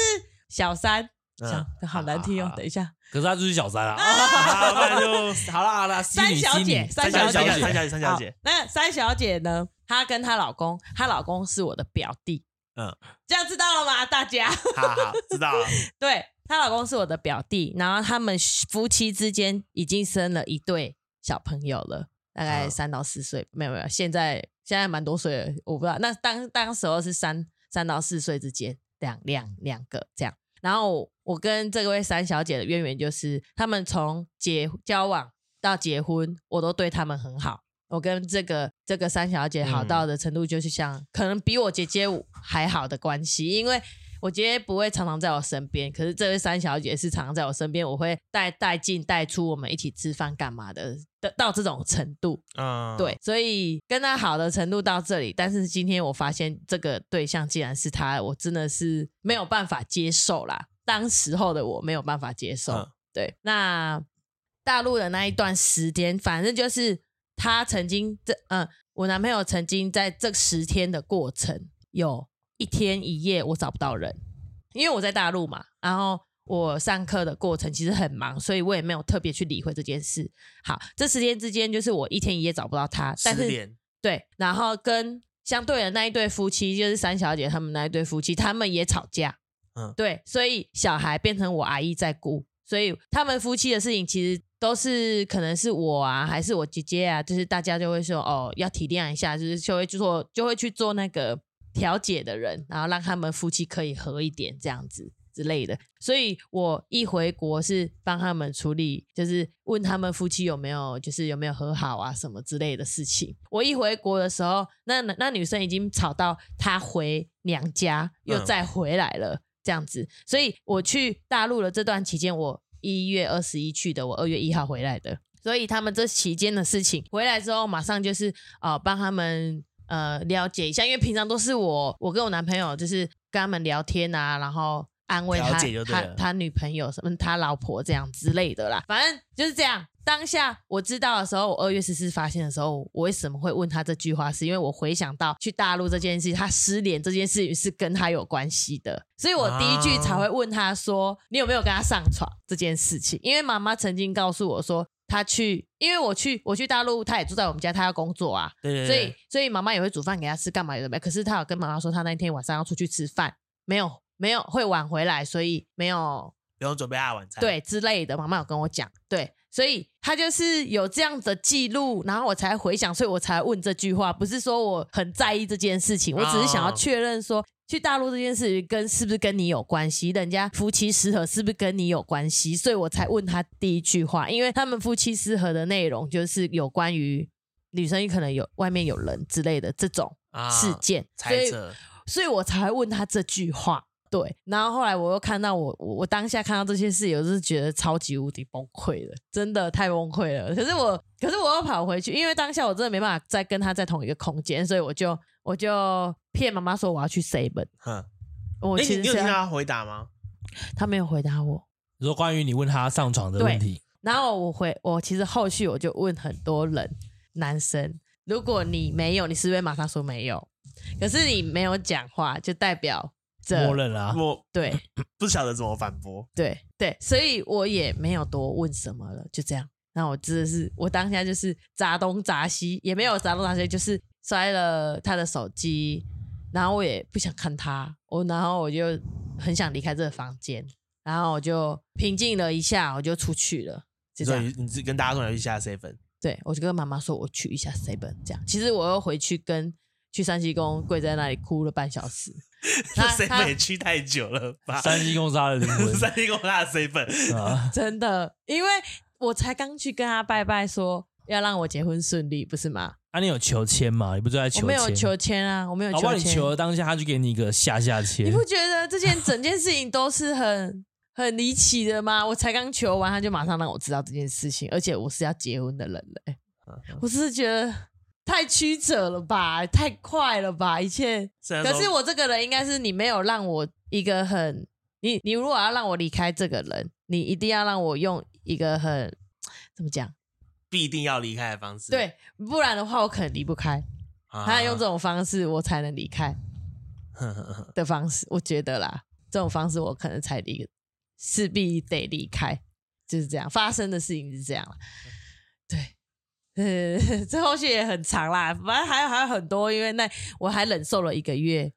S3: 小三，小
S2: 嗯
S3: 好难听
S2: 好
S3: 哦
S2: 好。
S3: 等一下，
S1: 可是他就是小三啊，
S2: [laughs] 好，不然就
S1: 好啦好啦，
S3: 三小姐，
S1: 哎三
S3: [laughs] 三
S1: 小
S2: 三小
S3: 小姐，
S2: 姐三小姐三小姐
S3: 好。那三小姐呢？她跟她老公，她老公是我的表弟。
S2: 嗯
S3: 嗯，这样知道了吗？大家，
S2: 好好知道了，
S3: [laughs] 对她老公是我的表弟，然后他们夫妻之间已经生了一对小朋友了，大概
S2: 嗯
S3: 三到四岁，没有没有，现在现在蛮多岁了，我不知道。那当当时候是三三到四岁之间，两两两个这样。然后我跟这位三小姐的渊源就是，他们从结交往到结婚，我都对他们很好。我跟这个这个三小姐好到的程度，就是像、可能比我姐姐还好的关系，因为我姐姐不会常常在我身边，可是这位三小姐是常常在我身边，我会带带进带出，我们一起吃饭干嘛的，的到这种程度。
S2: 嗯，
S3: 对，所以跟他好的程度到这里，但是今天我发现这个对象竟然是他，我真的是没有办法接受啦。当时候的我没有办法接受。
S2: 嗯
S3: 对，那大陆的那一段时间，反正就是他曾经这嗯、我男朋友曾经在这十天的过程，有一天一夜我找不到人，因为我在大陆嘛，然后。我上课的过程其实很忙，所以我也没有特别去理会这件事。好，这十天之间，就是我一天一夜找不到他，但
S2: 失
S3: 是
S2: 联，
S3: 对，然后跟相对的那一对夫妻，就是三小姐他们那一对夫妻，他们也吵架。
S2: 嗯
S3: 对，所以小孩变成我阿姨在顾，所以他们夫妻的事情其实都是可能是我啊，还是我姐姐啊，就是大家就会说哦，要体谅一下，就是就会去做，就会去做那个调解的人，然后让他们夫妻可以和一点这样子。之类的，所以我一回国是帮他们处理，就是问他们夫妻有没有，就是有没有和好啊什么之类的事情。我一回国的时候，那那女生已经吵到她回娘家又
S2: 嗯
S3: 再回来了，这样子。所以我去大陆的这段期间，我一月二十一去的，我二月一号回来的。所以他们这期间的事情，回来之后马上就是呃帮他们呃了解一下，因为平常都是我我跟我男朋友就是跟他们聊天啊，然后安慰他
S2: 调解就对
S3: 他
S2: 了
S3: 他女朋友什么他老婆这样之类的啦，反正就是这样。当下我知道的时候，我二月十四发现的时候，我为什么会问他这句话？是因为我回想到去大陆这件事，他失联这件事情是跟他有关系的，所以我第一句才会问他说：“你有没有跟他上床这件事情？”因为妈妈曾经告诉我说，她去，因为我去我去大陆，她也住在我们家，她要工作啊，
S2: 对对对，
S3: 所以所以妈妈也会煮饭给他吃，干嘛有的没。可是他有跟妈妈说，他那天晚上要出去吃饭，没有没有会晚回来，所以没有
S2: 不用准备大晚餐。，
S3: 对之类的。妈妈有跟我讲，对，所以他就是有这样的记录，然后我才回想，所以我才问这句话，不是说我很在意这件事情，我只是想要
S2: 哦
S3: 确认说。去大陆这件事跟是不是跟你有关系？人家夫妻失和是不是跟你有关系？所以我才问他第一句话，因为他们夫妻失和的内容就是有关于女生可能有外面有人之类的这种
S2: 啊
S3: 事件，所
S2: 猜
S3: 以
S2: 测
S3: 所以我才会问他这句话。对，然后后来我又看到我我我当下看到这些事，我就是觉得超级无敌崩溃了，真的太崩溃了。可 [laughs] 是我，可是我又跑回去，因为当下我真的没办法再跟他在同一个空间，所以我就我就骗妈妈说我要去 seven。
S2: 哼，
S3: 我
S2: 哎，你
S3: 其实
S2: 你有
S3: 是啊
S2: 听到
S3: 要
S2: 他回答吗？
S3: 他没有回答我，
S1: 你说关于你问他上床的问题，
S3: 然后我回我其实后续我就问很多人，男生，如果你没有，你是不是马上说没有？可是你没有讲话，就代表
S1: 默
S3: 着
S1: 认啊啦、
S2: 我
S3: 对。
S2: 不晓得怎么反驳。
S3: 对对，所以我也没有多问什么了，就这样。那我真的是，我当下就是砸东砸西，也没有砸东砸西，就是摔了他的手机，然后我也不想看他，我然后我就很想离开这个房间，然后我就平静了一下，我就出去了，就这
S2: 所
S3: 样
S2: 以。你是跟大家说你要去下 seven，
S3: 对，我就跟妈妈说，我去一下 seven 这样。其实我又回去跟去山西宫跪在那里哭了半
S2: [laughs]
S3: 小时，
S2: 那
S3: 他他
S2: seven 也去太久了吧？
S1: 三星公司他的灵 [laughs] 魂
S2: [laughs] 三星公大的
S1: [laughs]
S2: seven，
S1: 啊，
S3: 真的，因为我才刚去跟他拜拜说。要让我结婚顺利，不是吗？
S1: 啊，你有求签吗？你不是在求
S3: 我没有
S1: 签？
S3: 求签啊，我没有
S1: 好不好？
S3: 求
S1: 你
S3: 签。
S1: 求了当下，他就给你一个下下
S3: 你
S1: 签
S3: 不，觉得这件整件事情都是很很离奇的吗？我才刚求完，他就马上让我知道这件事情，而且我是要结婚的人了、欸
S1: 嗯
S3: 我是觉得太曲折了吧，太快了吧，一切。
S2: 虽然
S3: 可
S2: 说
S3: 是我这个人应该是你没有让我一个很你你如果要让我离开这个人，你一定要让我用一个很怎么讲？
S2: 必定要离开的方式，
S3: 对，不然的话我可能离不开。
S2: 啊，
S3: 他用这种方式我才能
S2: [laughs]
S3: 离开。
S2: 种
S3: 的方式，我觉得啦，这种方式我可能才离，势必得离开，就是这样。发生的事情是这样啦，对。 [laughs] 呃，这后续也很长啦，反正还有还有很多，因为那我还忍受了一个月，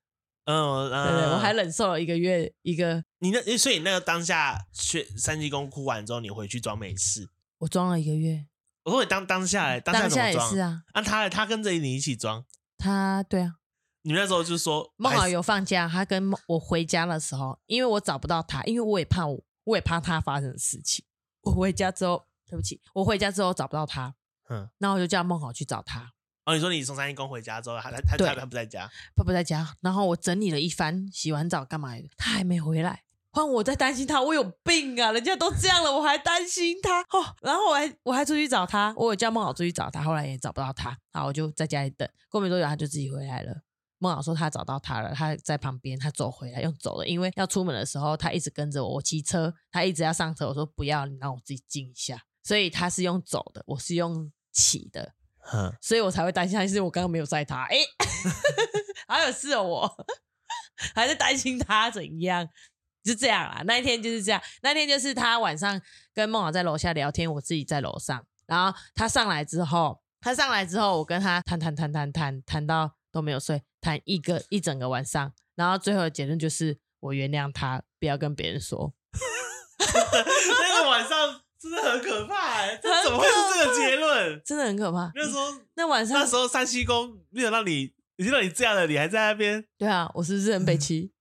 S2: 嗯
S3: 对不对？
S2: 嗯，
S3: 我还忍受了一个月，一个
S2: 你那，所以那个当下去三七公哭完之后，你回去装没事。
S3: 我装了一个月，
S2: 我说你当当下嘞，当下
S3: 嗯当
S2: 怎么
S3: 下也
S2: 装？
S3: 是啊，
S2: 啊，他他跟着你一起装，
S3: 他对啊，
S2: 你那时候就说
S3: 梦
S2: 还
S3: 好
S2: 是
S3: 有放假，他跟我回家的时候，因为我找不到他，因为我也怕我，我也怕他发生的事情。我回家之后，对不起，我回家之后找不到他，
S2: 嗯
S3: 嗯，然后我就叫梦好去找他，
S2: 哦，你说你从三七公回家之后，他他
S3: 对
S2: 他他不在家，
S3: 爸爸在家，然后我整理了一番，洗完澡干嘛的，他还没回来。换我在担心他，我有病啊！人家都这样了，我还担心他哦。然后我还我还出去找他，我有叫梦好出去找他，后来也找不到他，好，我就在家里等。过没多久，他就自己回来了。梦好说他找到他了，他在旁边，他走回来用走了，因为要出门的时候，他一直跟着我，我骑车，他一直要上车，我说不要，你让我自己静一下。所以他是用走的，我是用骑的。
S2: 哼，
S3: 所以我才会担心他，是我刚刚没有载他。哎、 [laughs] 好有事哦，我 [laughs] 还在担心他怎样，就这样啦。那一天就是这样，那天就是他晚上跟梦瑶在楼下聊天，我自己在楼上。然后他上来之后，他上来之后，我跟他谈谈谈谈谈谈到都没有睡，谈一个一整个晚上。然后最后的结论就是，我原谅他，不要跟别人说。
S2: [laughs] 那个晚上真的很可怕哎，这怎么会是这个结论？
S3: 真的很可怕。
S2: 那时候
S3: 那晚上
S2: 那时候三七公没有让你，已经让你这样了，你还在那边，
S3: 对啊，我是不是很悲戚？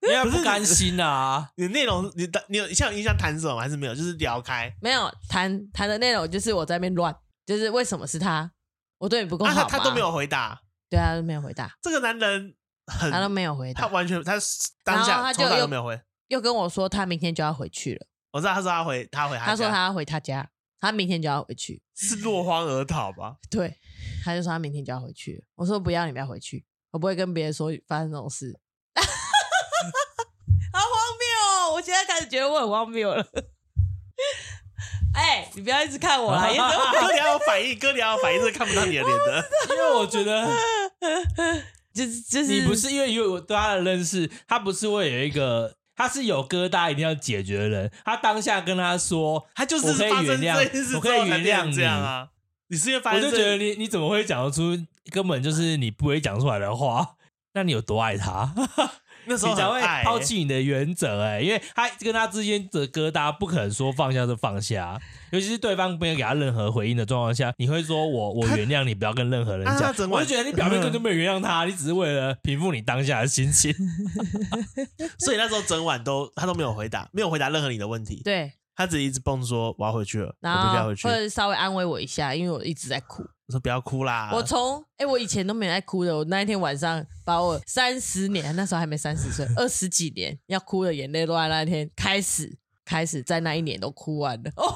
S1: 因为他不甘心啊。
S2: 你的内容你你有像有印象谈什么吗还是没有？就是聊开，
S3: 没有谈谈的内容就是我在那边乱，就是为什么是他，我对你不够
S2: 啊，
S3: 好
S2: 他他
S3: 吗、
S2: 都没有回答，
S3: 对啊，他都没有回答，
S2: 这个男人很
S3: 他都没有回
S2: 他
S3: 答，
S2: 完全他当
S3: 然后
S2: 下
S3: 他就
S2: 从来
S3: 又
S2: 都没有回。
S3: 又跟我说他明天就要回去了，
S2: 我知道他说他回他回
S3: 他说
S2: 家
S3: 他要回他家，他明天就要回去，
S2: [laughs] 是落荒而逃吧？
S3: 对，他就说他明天就要回去。我说不要，你不要回去，我不会跟别人说发生这种事。 [laughs] 好荒谬哦！我现在开始觉得我很荒谬了。哎、你不要一直看我啦，一直
S2: 哥你要有反应，哥你要有反应，这看不到你的脸 [laughs] 的。
S1: [laughs] 因为我觉得
S3: [laughs] 就是 [laughs] 就是
S1: 你不是因为因为我对他的认识，他不是会有一个，他是有疙瘩一定要解决的人。他当下跟他说，
S2: 他就
S1: 我
S2: 是
S1: 可以
S2: 发生
S1: 原谅
S2: 这件事之
S1: 我
S2: 后
S1: 可以
S2: 才
S1: 原
S2: 变
S1: 谅
S2: 成
S1: 你
S2: 这样啊！你是因为发
S1: 我
S2: 生
S1: 就
S2: 这，
S1: 觉得你你怎么会讲得出根本就是你不会讲出来的话？那你有多爱他？
S2: 那时候
S1: 你才
S2: 很
S1: 会
S2: 爱欸
S1: 抛弃你的原则哎、因为他跟他之间的疙瘩不可能说放下就放下，尤其是对方没有给他任何回应的状况下，你会说
S2: [laughs]
S1: 我我原谅你，不要跟任何人
S2: 啊
S1: 讲
S2: 他。整
S1: 我
S2: 晚
S1: 就觉得你表面根本就没有原谅他，你只是为了平复你当下的心
S2: [laughs]
S1: 情。
S2: 所以那时候整晚都他都没有回答，没有回答任何你的问题，
S3: 对，
S2: 他只一直蹦说我要回去了，我
S3: 然
S2: 必须要
S3: 后
S2: 回去
S3: 或。者稍微安慰我一下，因为我一直在哭。
S2: 我说不要哭啦，
S3: 我从哎、我以前都没有在哭的。我那一天晚上把我三十年，那时候还没三
S2: [laughs]
S3: 十岁，二十几年要哭的眼泪都在那一天开始，开始在那一年都哭完
S2: [laughs]
S3: 了，哦，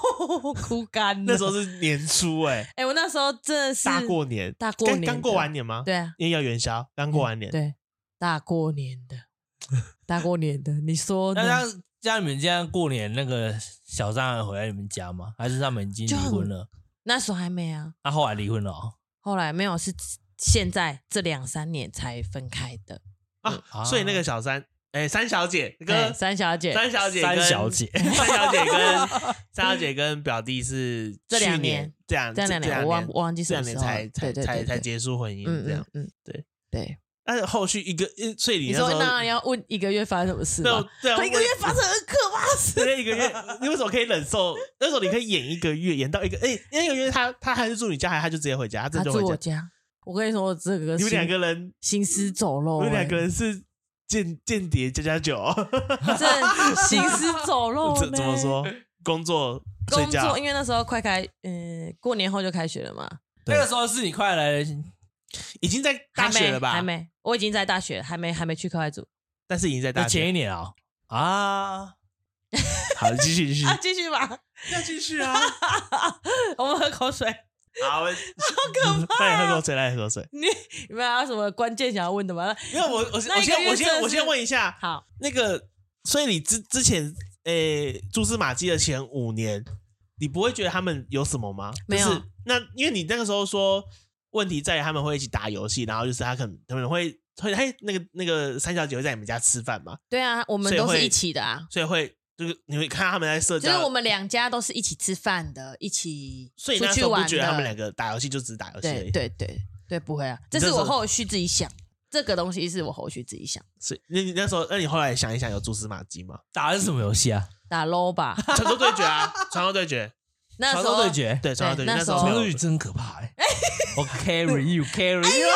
S3: 哭干了。
S2: 那时候是年初哎、
S3: 哎、我那时候真的是
S2: 大过年，
S3: 大过
S2: 刚
S3: 年
S2: 刚
S3: 的
S2: 过完年吗？，
S3: 对啊，
S2: 因为要元宵，刚过完年。
S3: 对，大过年
S2: [laughs]
S3: 的，大过年的，你说
S1: 那
S3: 呢
S1: 这样，像你们这样过年，那个小张还回来你们家吗？还是他们已经离
S3: 就很
S1: 婚了？
S3: 那时候还没啊，
S1: 他、后来离婚了、哦，
S3: 后来没有，是现在这两三年才分开的。
S1: 啊
S2: 啊，所以那个小三，哎、三小姐
S3: 对，
S2: 跟
S3: 三小姐，
S2: 三小姐跟
S1: 三小姐
S2: 三小姐
S3: [laughs]
S2: 跟三小姐跟表弟是
S3: 这两
S2: 去
S3: 年
S2: 这样
S3: 这两年我忘我忘记
S2: 这
S3: 什
S2: 两
S3: 么时
S2: 年
S3: 候了
S2: 才才
S3: 对对
S2: 才
S3: 对
S2: 才
S3: 对
S2: 结束婚姻
S3: 嗯
S2: 这样
S3: 嗯。嗯，
S2: 对
S3: 对。
S2: 但是后续一个，呃所以你
S3: 你
S2: 那时
S3: 说
S2: 候
S3: 那要问一个月发生什么事
S2: 那
S3: 吗
S2: 我？对啊，
S3: 一个月发生很可怕的
S2: [laughs]
S3: 事，
S2: 对一个月，你为什么可以忍受？那时候你可以演一个月，演到一个，哎、那个月他他还是住你家，还他就直接回家，他真
S3: 他
S2: 的
S3: 住
S2: 就
S3: 我
S2: 回家。
S3: 家，我跟你说，我这个
S2: 你们
S3: 心
S2: 两个人，
S3: 行尸走
S2: 你
S3: 肉、欸，
S2: 们两个人是间间谍加加酒，
S3: 哦这行尸走
S2: [laughs]
S3: 肉、
S2: 怎
S3: 呢
S2: 怎么说？工作睡
S3: 工
S2: 觉
S3: 作，，因为那时候快开，嗯、过年后就开学了嘛，
S1: 那个时候是你快来
S2: 已经在
S3: 还
S2: 大
S3: 没
S2: 学了吧？
S3: 还没，我已经在大学了，还没还没去课外组
S2: 但是已经在
S1: 那
S2: 大
S1: 前一
S2: 学。
S1: 年啊、哦、啊，
S2: 好，继续继续
S3: [laughs] 啊，，继续吧，
S2: 要继续啊！
S3: 我们喝口水。
S2: 好，好可怕！来喝口水，来喝口水。
S3: 你你们还有什么关键想要问的吗？
S2: 没有，我我我
S3: 那一个
S2: 先
S3: 月
S2: 我
S3: 真的
S2: 先
S3: 是
S2: 我先问一下，
S3: 好，
S2: 那个，所以你之之前，诶、蛛丝马迹的前五年，你不会觉得他们有什么吗？
S3: 没有
S2: 就是那因为你那个时候说，问题在于他们会一起打游戏，然后就是他可能他们会会嘿，那个那个三小姐会在你们家吃饭嘛，
S3: 对啊，我们
S2: 所以
S3: 都是
S2: 会
S3: 一起的啊，
S2: 所以会就是你会看到他们在社
S3: 就是
S2: 交，
S3: 我们两家都是一起吃饭的，一起
S2: 所以
S3: 出
S2: 那时
S3: 去
S2: 候不
S3: 玩的。
S2: 觉得他们两个打游戏就只是打游戏而
S3: 对
S2: 已，
S3: 对对对，不会啊，这
S2: 这时
S3: 是
S2: 候
S3: 我后续自己想，这个东西是我后续自己想。
S2: 所以那你那时候，那你后来想一想，有蛛丝马迹吗？
S1: 打的是什么游戏啊？
S3: 打
S2: [laughs]
S3: low 吧，
S2: 传说对决啊，传说对决，
S3: 那时
S1: 传
S3: 候
S1: 说对决，
S2: 对，传说对决，那
S3: 那时
S2: 时
S3: 候
S2: 候
S1: 传
S2: 没
S1: 说
S2: 有
S1: 对决真可怕
S3: 欸
S1: 哎、哦 [laughs] 我 carry you
S3: 哎
S1: carry you，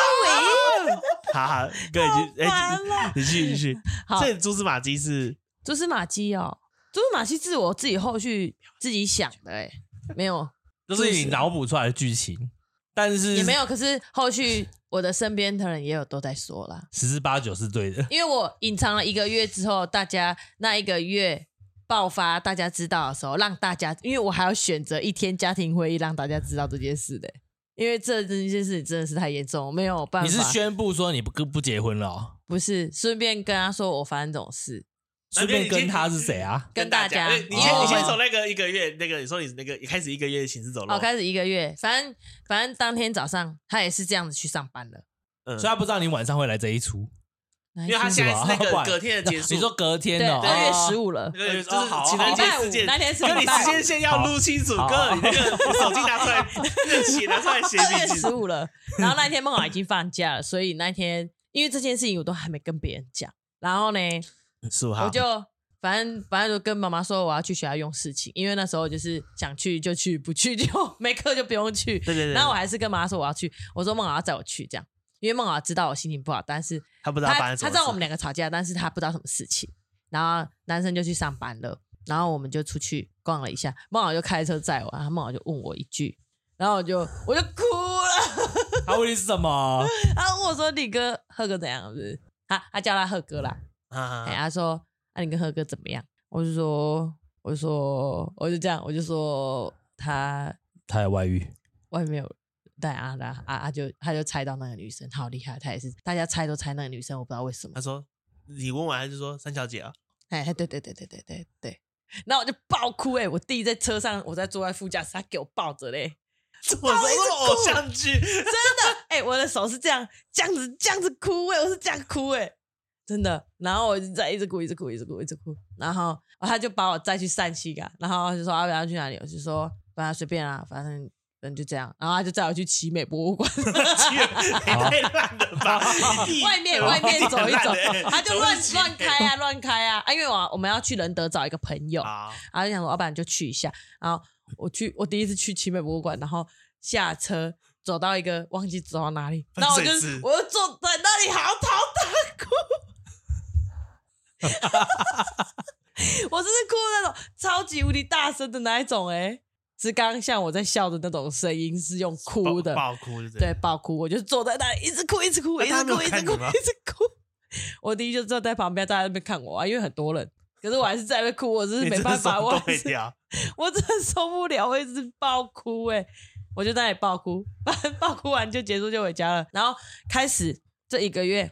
S2: [laughs] 好好，哥已经哎
S3: 完，了。
S2: 你继续继续。
S3: 哦好
S2: 所以蛛丝马迹是
S3: 蛛丝马迹哦，蛛丝马迹是我自己后续自己想的、欸，没有
S1: 就是你脑补出来的剧情，但是
S3: 也没有，可是后续我的身边的人也有都在说啦，
S1: 十之八九是对的。
S3: 因为我隐藏了一个月之后，大家那一个月。爆发，大家知道的时候，让大家，因为我还要选择一天家庭会议，让大家知道这件事的欸、因为这这件事真的是太严重，我没有办法。
S1: 你是宣布说你不跟不结婚了、哦，
S3: 不是，顺便跟他说我发生这种事，
S1: 顺便跟他是谁啊？
S3: 跟大家
S2: 哎你
S1: 哦
S2: 先你先从那个一个月那个，你说你那个一开始一个月行尸走
S3: 哦，
S2: 肉，
S3: 开始一个月，反正反正当天早上他也是这样子去上班了，
S2: 嗯
S1: 所以他不知道你晚上会来这一出。
S3: 因
S2: 因为他现在是那
S1: 是吧
S2: 个隔天的结束，
S1: 你说隔天
S3: 对
S1: 哦，
S3: 二月十
S1: 五，
S3: 五了，
S2: 那个就
S1: 哦
S2: 是
S1: 好
S2: 情人
S3: 礼
S2: 节
S3: 拜
S2: 事
S3: 五
S2: 件，
S3: 那天是
S2: 哥你
S3: 礼
S2: 时
S3: 拜
S2: 间线要撸清楚，哥你那个 [laughs] 手机拿出
S3: [laughs]
S2: 来，那个血拿出来写
S3: 二月
S2: 笔记
S3: 十，五了，然后那一天梦华已经放假了，所以那天因为这件事情我都还没跟别人讲，然后呢，
S2: 十五
S3: 我就。反正反正就跟妈妈说我要去学校用事情，因为那时候就是想去就去，不去就没课就不用去。
S2: 对对对，
S3: 然后我还是跟妈妈说我要去，我说梦华要载我去这样，因为梦华知道我心情不好，但是
S2: 他不知道
S3: 他
S2: 发
S3: 他
S2: 生什么事，
S3: 知道我们两个吵架，但是他不知道什么事情。然后男生就去上班了，然后我们就出去逛了一下，孟好就开车载我，然后孟好就问我一句，然后我就我就哭了。
S1: 他问题是什么？
S3: 然后我说你跟赫哥怎样？是不是？他他叫他赫哥啦，
S2: 啊
S3: 哎、他说那、啊你跟赫哥怎么样？我就说我就说我就这样，我就说他
S1: 他有外遇，
S3: 外面有对啊，然后啊啊就他就猜到那个女生，好厉害，他也是大家猜都猜那个女生，我不知道为什么
S2: 他。说你问完他就说三小姐啊，
S3: 哎，对对对对对对对，然后我就爆哭哎、我弟在车上，我在坐在副驾驶，他给我抱着嘞，
S2: 怎么说是偶像剧？
S3: 真的，哎、我的手是这样这样子这样子哭哎、我是这样哭哎、真的。然后我就在一直哭，一直哭，一直哭，一直哭。然后、哦他就把我载去散溪啊，然后他就说要不要去哪里？我就说反正随便啦、反正人就这样。然后他就载我去奇美博物馆，
S2: [laughs] 太烂了吧！
S3: 外面外面走一
S2: [laughs]
S3: 走，他
S2: 他
S3: 就乱乱开啊，乱开啊啊！因为我我们要去仁德找一个朋友，
S2: 啊！
S3: 然后就想说，要不然就去一下。然后我去，我第一次去奇美博物馆，然后下车走到一个忘记走到哪里，
S2: 喷
S3: 然后我就
S2: 水池
S3: 我就坐在那里嚎啕大哭， [laughs] 我真是哭那种超级无敌大声的那一种、欸，哎，是刚刚像我在笑的那种声音，是用哭的，
S2: 爆爆哭就这
S3: 对
S2: 样，
S3: 爆哭，我就坐在那里一直哭，一直哭，
S2: 那
S3: 一直
S2: 他没有
S3: 哭，一直
S2: 看
S3: 哭，
S2: 你吗
S3: 一直哭。我弟就坐在旁边，大家在那边看我啊，因为很多人，可是我还是在那边哭，我真是
S2: 你
S3: 没
S2: 真的
S3: 办法，
S2: 手
S3: 我
S2: 都
S3: 还
S2: 会
S3: 是
S2: 掉。
S3: 我真的受不了，我一直爆哭哎、我就在那里爆哭，爆哭完就结束就回家了。然后开始这一个月，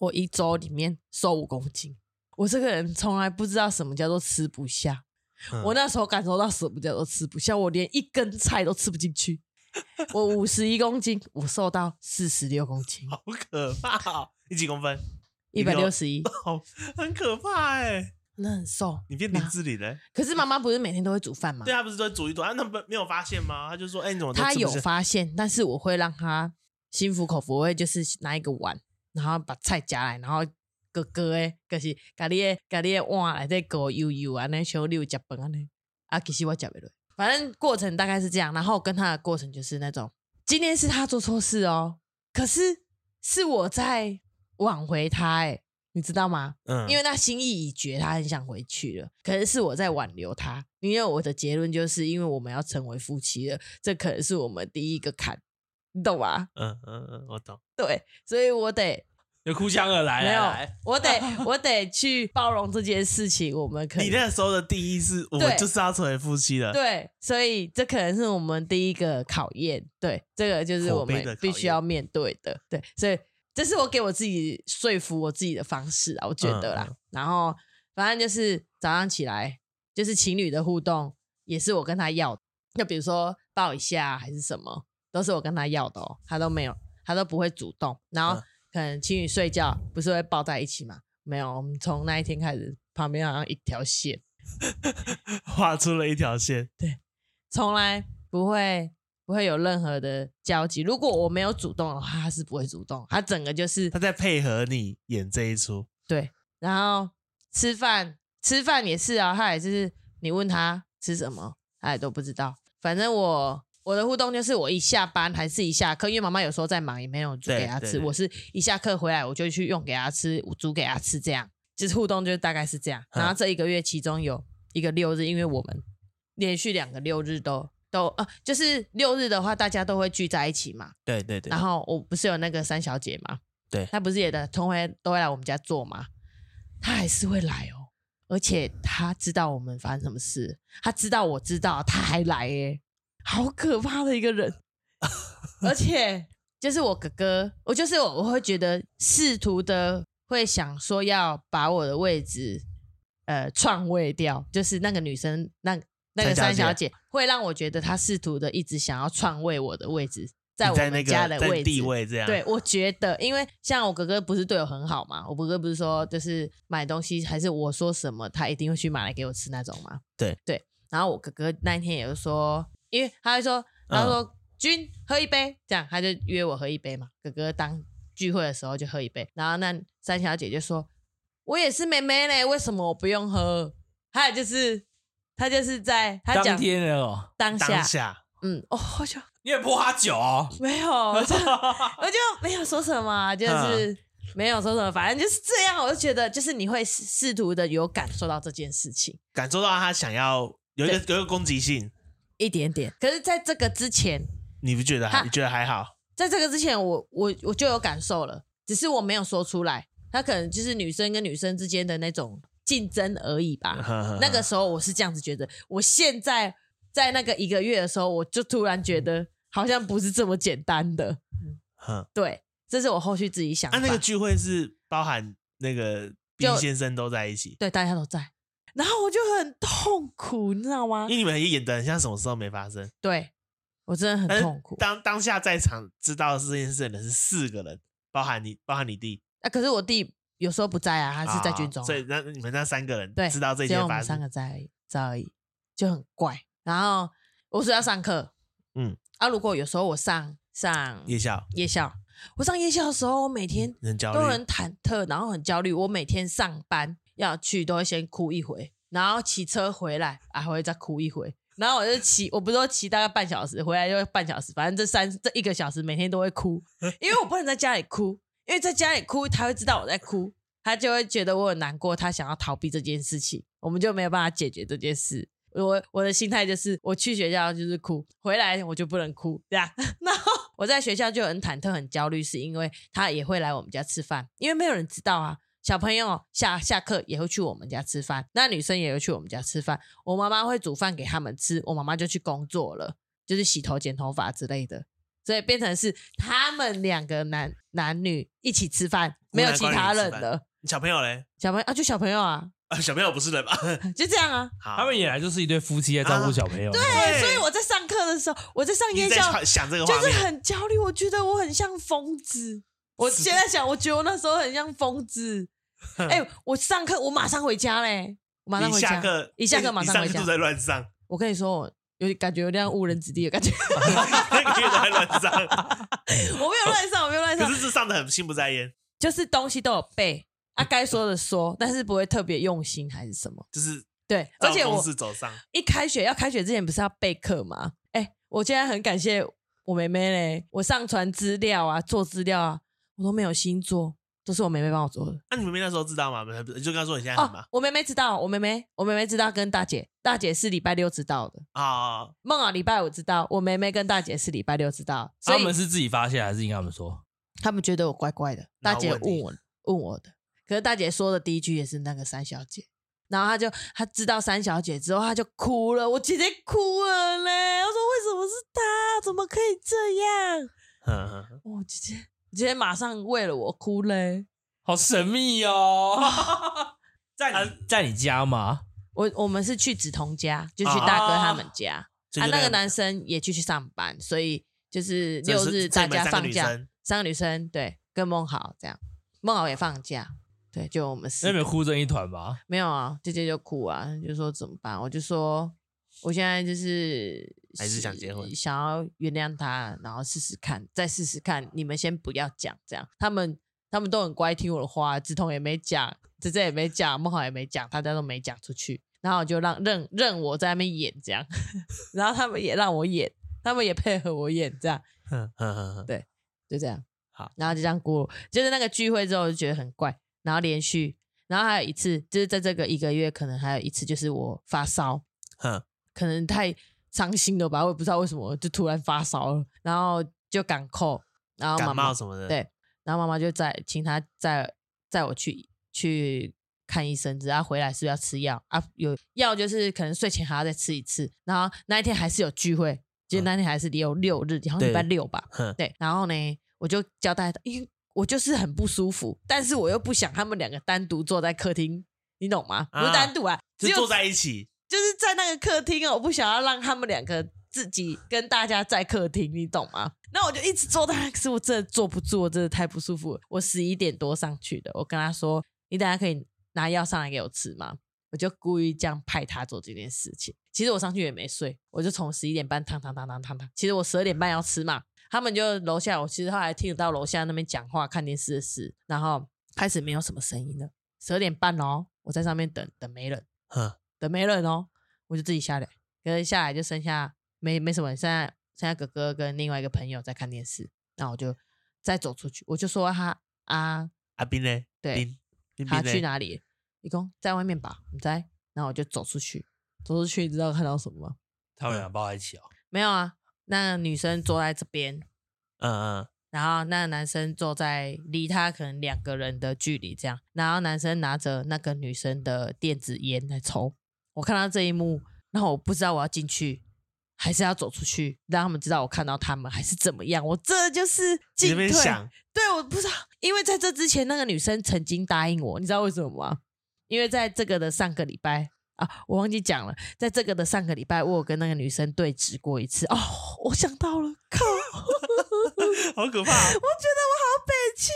S3: 我一周里面瘦五公斤。我这个人从来不知道什么叫做吃不下，
S2: 嗯
S3: 我那时候感受到什么叫做吃不下，我连一根菜都吃不进去。我五十一公斤，我瘦到四十六公斤，
S2: 好可怕哦！你几公分？
S3: 一百六十一，
S2: 好，很可怕哎！
S3: 那很瘦。
S2: 你变
S3: 那
S2: 林志玲嘞？
S3: 可是妈妈不是每天都会煮饭吗
S2: [laughs] 对？他不是都会煮一朵，啊那不没有发现吗？他就说：“哎，你怎么都
S3: 他
S2: 吃不
S3: 有
S2: 下
S3: 发现，但是我会让他心服口服，我会就是拿一个碗，然后把菜夹来，然后哥哥诶，就是家己的家己的碗来再搞悠悠啊，那小六夹饭啊呢，啊其实我夹不落，反正过程大概是这样，然后跟他的过程就是那种，今天是他做错事哦，可是是我在挽回他诶，你知道吗？
S2: 嗯，
S3: 因为他心意已决，他很想回去了，可是是我在挽留他，因为我的结论就是因为我们要成为夫妻了，这可能是我们第一个坎，你懂吗？
S2: 嗯嗯嗯，我懂。
S3: 对，所以我得
S1: 有哭腔而来，啊
S3: 没有
S1: 来来，
S3: 我得
S1: [laughs]
S3: 我得去包容这件事情，我们可
S2: 你
S3: 以
S2: 那时候的第一是，我
S3: 对
S2: 们就是要成为夫妻了。
S3: 对，所以这可能是我们第一个考验，对，这个就是
S2: 口
S3: 我
S2: 碑的
S3: 们
S2: 考
S3: 必须
S2: 验
S3: 要面对的，对，所以这是我给我自己说服我自己的方式啊，我觉得啦。
S2: 嗯
S3: 然后反正就是早上起来，就是情侣的互动，也是我跟他要的，就比如说抱一下还是什么，都是我跟他要的哦，他都没有，他都不会主动。然后
S2: 嗯
S3: 可能情侣睡觉不是会抱在一起嘛？没有，我们从那一天开始，旁边好像一条线。
S2: 画出了一条线。
S3: 从来不会不会有任何的交集。如果我没有主动的话，他是不会主动，他整个就是
S2: 他在配合你演这一出，
S3: 对。然后吃饭吃饭也是啊，他也是你问他吃什么，他也都不知道。反正我我的互动就是我一下班还是一下课，因为妈妈有时候在忙，也没有煮
S2: 对
S3: 给他
S2: 对
S3: 吃。
S2: 对
S3: 我是一下课回来我就去用给他吃，煮给他吃，这样就是互动就大概是这样。
S2: 嗯
S3: 然后这一个月其中有一个六日，因为我们连续两个六日都都啊，就是六日的话大家都会聚在一起嘛。
S2: 对对对
S3: 然后我不是有那个三小姐嘛，
S2: 对
S3: 她不是也的同回都会来我们家做嘛，她还是会来哦，而且她知道我们发生什么事，她知道我知道，她还来耶，好可怕的一个 [laughs] 人，而且就是我哥哥，我就是我，我会觉得试图的会想说要把我的位置呃篡位掉，就是那个女生那那个三
S2: 三
S3: 小
S2: 小
S3: 姐会让我觉得她试图的一直想要篡位我的位置，在
S2: 你
S3: 我
S2: 在那
S3: 们
S2: 个
S3: 家的
S2: 在
S3: 位置。
S2: 地位啊这样，
S3: 对，我觉得，因为像我哥哥不是对我很好嘛，我哥哥不是说就是买东西还是我说什么，他一定会去买来给我吃那种嘛。
S2: 对
S3: 对，然后我哥哥那一天也就说，因为他会说，他
S2: 嗯
S3: 说、君喝一杯，这样他就约我喝一杯嘛。哥哥当聚会的时候就喝一杯，然后那三小姐就说，我也是妹妹嘞，为什么我不用喝？还有就是，他就是在他
S1: 当
S3: 讲
S1: 天的哦，
S3: 当下，
S2: 当下
S3: 嗯，哦，我就
S1: 你也泼他酒哦，
S3: 没有，我就我就没有说什么啊，
S2: 嗯
S3: 就是没有说什么，反正就是这样。我就觉得，就是你会试试图的有感受到这件事情
S2: 感受到他想要有一个有一个攻击性，
S3: 一点点，可是在这个之前，
S2: 你不觉得
S3: 他
S2: 还你觉得还好？
S3: 在这个之前我，我我就有感受了，只是我没有说出来。他可能就是女生跟女生之间的那种竞争而已
S2: 嗯
S3: 吧。啊那个时候我是这样子觉得，我现在在那个一个月的时候，我就突然觉得好像不是这么简单的。
S2: 嗯，
S3: 对，这是我后续自己想
S2: 啊，
S3: 法。
S2: 那个聚会是包含那个 B
S3: 就
S2: 先生都在一起，
S3: 对，大家都在，然后我就很痛苦，你知道吗
S2: 因？为你们也演的很像什么事都没发生，
S3: 对我真的
S2: 但
S3: 很
S2: 是
S3: 痛苦。
S2: 当当下在场知道这件事的人是四个人，包含你，包含你弟，
S3: 啊，可是我弟有时候不在啊，他是在军中啊、
S2: 啊所以那你们那三个人
S3: 对，
S2: 知道这
S3: 只有
S2: 件
S3: 我
S2: 发
S3: 们三
S2: 生，
S3: 个在而已在而已，就很怪。然后我说要上课，
S2: 嗯，
S3: 啊，如果有时候我上上
S2: 夜校
S3: 夜校，我上夜校的时候，我每天
S2: 很焦
S3: 都
S2: 虑，
S3: 很忐忑，然后很焦虑。我每天上班要去都会先哭一回，然后骑车回来啊，还会再哭一回。然后我就骑，我不是说骑大概半小时，回来就会半小时，反正这三这一个小时每天都会
S2: [laughs]
S3: 哭，因为我不能在家里哭，因为在家里哭他会知道我在哭，他就会觉得我很难过，他想要逃避这件事情，我们就没有办法解决这件事。我我的心态就是，我去学校就是哭，回来我就不能哭，这样。 [laughs] 然后我在学校就很忐忑、很焦虑，是因为他也会来我们家吃饭，因为没有人知道啊。小朋友下下课也会去我们家吃饭，那女生也会去我们家吃饭。我妈妈会煮饭给他们吃，我妈妈就去工作了，就是洗头、剪头发之类的，所以变成是他们两个男男女一起吃饭，没有其他人
S2: 孤男寡女
S3: 了。
S2: 小朋友嘞， [laughs]
S3: 小朋友啊，就小朋友啊，
S2: 啊，小朋友不是
S3: [laughs]
S2: 人吧？
S3: 就这样啊。
S2: 好，
S1: [laughs] 他们本来就是一对夫妻在照顾小朋友。对，
S3: 对，啊所以我在上课的时候，我在上
S2: 你
S3: 夜
S2: 在
S3: 校，
S2: 想这个
S3: 就
S2: 画
S3: 是
S2: 面，
S3: 很焦虑，我觉得我很像疯子。我
S2: 是
S3: 现在想，我觉得我那时候很像疯
S2: [laughs]
S3: 子。哎、我上课我马上回家嘞，我马上
S2: 你
S3: 回
S2: 下
S3: 家。
S2: 课
S3: 一下课马上回
S2: 你上
S3: 家
S2: 课都在乱上，
S3: 我跟你说，我有感觉有点误人子
S2: [laughs]
S3: 弟的感觉。 [laughs]
S2: 那个月都在乱上，
S3: 我没有乱上，我没有乱
S2: 可
S3: 上，
S2: 是这上的很心不在焉，
S3: 就是东西都有背啊，该说的说，但是不会特别用心还是什么。
S2: 就是
S3: 对，而且
S2: 照公
S3: 我
S2: 式走上，啊
S3: 一开学要开学之前不是要备课吗？哎、我现在很感谢我妹妹嘞，我上传资料啊，做资料啊，我都没有新做，都是我妹妹帮我做的。
S2: 那你们那时候知道吗？你就跟他说你现在很
S3: 哦
S2: 忙，
S3: 我妹妹知道，我妹妹，我妹妹知道跟大姐，大姐是礼拜六知道的，
S2: 啊，
S3: 梦啊礼拜五知道，我妹妹跟大姐是礼拜六知道，所
S1: 他
S3: 以
S1: 们是自己发现还是应该他们说？
S3: 他们觉得我怪怪的。
S2: 那
S3: 大姐
S2: 我问
S3: 问
S2: 你
S3: 我问我的，可是大姐说的第一句也是那个三小姐，然后她就她知道三小姐之后，她就哭了，我姐姐哭了嘞。我说为什么是她？怎么可以这样？
S2: 嗯
S3: 啊
S2: 嗯嗯
S3: 我姐姐我姐姐马上为了我哭嘞。
S1: 好神秘哦， [laughs] 在你、在你家吗？
S3: 我我们是去梓潼家，就去大哥他们家。
S2: 所以
S3: 啊，
S2: 就
S3: 那个
S2: 样
S3: 男生也继续上班，所以就是
S2: 所以
S3: 六
S2: 是
S3: 日
S2: 所以
S3: 大
S2: 你们
S3: 家
S2: 三个
S3: 放
S2: 女
S3: 假
S2: 生，
S3: 三个女生对，跟梦豪这样，梦豪也放假，对，就我们
S1: 那
S3: 四
S1: 边哭成一团吧？
S3: 没有啊，姐姐就哭啊，就说怎么办？我就说我现在就是
S2: 还是想结婚
S3: 想要原谅他，然后试试看，再试试看。你们先不要讲，这样他们他们都很乖，听我的话，梓潼也没讲，哲哲也没讲，梦好也没讲，大家都没讲出去。然后我就让任任我在那边演这样， [laughs] 然后他们也让我演，他们也配合我演这样。
S2: 嗯嗯嗯嗯
S3: 就这样。
S2: 好，
S3: 然后就这样过，就是那个聚会之后，我就觉得很怪。然后连续，然后还有一次，就是在这个一个月，可能还有一次，就是我发烧，
S2: 嗯，
S3: 可能太伤心了吧，我也不知道为什么就突然发烧了，然后就感扣，然后妈
S2: 感
S3: 妈
S2: 冒什么的，
S3: 对，然后妈妈就载请她载载我去去看医生，只要回来是不是要吃药啊？有药就是可能睡前还要再吃一次，然后那一天还是有聚会，就那天还是有六日，好像礼拜
S2: 嗯对
S3: 六吧，
S2: 哼，
S3: 对，然后呢，我就交代他，因为我就是很不舒服，但是我又不想他们两个单独坐在客厅，你懂吗？不
S2: 啊
S3: 是单独啊，只
S2: 就
S3: 有
S2: 坐在一起，
S3: 就是在那个客厅哦，我不想要让他们两个自己跟大家在客厅，你懂吗？那我就一直坐在那，可是 [laughs] 我真的坐不住，我真的太不舒服了。我十一点多上去的，我跟他说：“你等下可以拿药上来给我吃吗？”我就故意这样派他做这件事情。其实我上去也没睡，我就从十一点半躺躺躺躺躺躺。其实我十二点半要吃嘛，他们就楼下，我其实后来听得到楼下那边讲话、看电视的事，然后开始没有什么声音了。十二点半哦，我在上面等等没人，
S2: 哼，
S3: 等没人哦，我就自己下来，可是下来就剩下没没什么人，剩下剩下哥哥跟另外一个朋友在看电视，那我就再走出去，我就说他啊，
S2: 阿斌嘞，
S3: 对
S2: 斌，斌
S3: 他
S2: 斌嘞
S3: 去？哪里？你公在外面吧，你在，然后我就走出去，走出去，你知道看到什么吗？
S1: 他们俩抱在一起哦。
S3: 没有啊，那女生坐在这边，
S2: 嗯嗯，
S3: 然后那个男生坐在离他可能两个人的距离这样，然后男生拿着那个女生的电子烟在抽。我看到这一幕，然后我不知道我要进去还是要走出去，让他们知道我看到他们，还是怎么样？我这就是
S2: 你
S3: 进
S2: 那
S3: 退。
S2: 边想，
S3: 对，我不知道，因为在这之前，那个女生曾经答应我，你知道为什么吗？因为在这个的上个礼拜啊，我忘记讲了，在这个的上个礼拜，我有跟那个女生对峙过一次。哦，我想到了，靠，
S2: 好可怕哦、
S3: [laughs] 我觉得我好北气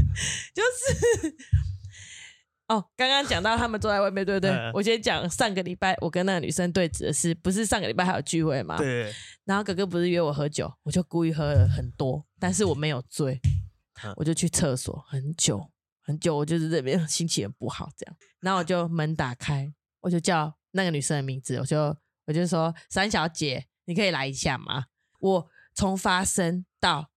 S3: 哦， [laughs] 就是。哦，刚刚讲到他们坐在外面，对不对？
S2: 嗯
S3: 我先讲上个礼拜我跟那个女生对峙的事，不是上个礼拜还有聚会吗？
S2: 对，
S3: 然后哥哥不是约我喝酒，我就故意喝了很多，但是我没有醉
S2: 嗯，
S3: 我就去厕所很久很久，我就是这边 [laughs] 心情很不好这样，然后我就门打开，我就叫那个女生的名字，我就我就说三小姐，你可以来一下吗？我从发生到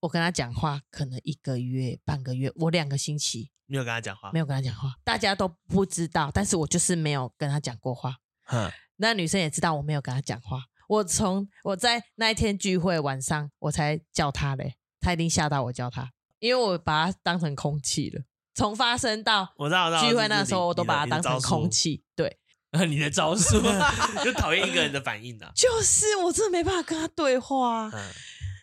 S3: 我跟她讲话，可能一个月、半个月，我两个星期
S2: 没有跟他讲话，
S3: 没有跟她讲话，大家都不知道，但是我就是没有跟她讲过话，
S2: 哼，
S3: 那女生也知道我没有跟她讲话。我从我在那一天聚会晚上，我才叫她嘞，她一定吓到我叫她，因为我把她当成空气了。从发生到
S2: 我知道，我知道。
S3: 聚会
S2: 这是
S3: 那时候，
S2: 你
S3: 我都把她当成空。气。对，
S1: [laughs] 你的招 [laughs] 数，
S2: 你的你的招数 [laughs] 就讨厌一个人的反应
S3: [laughs]
S2: 啊。
S3: 就是我真的没办法跟她对话啊、
S2: 嗯，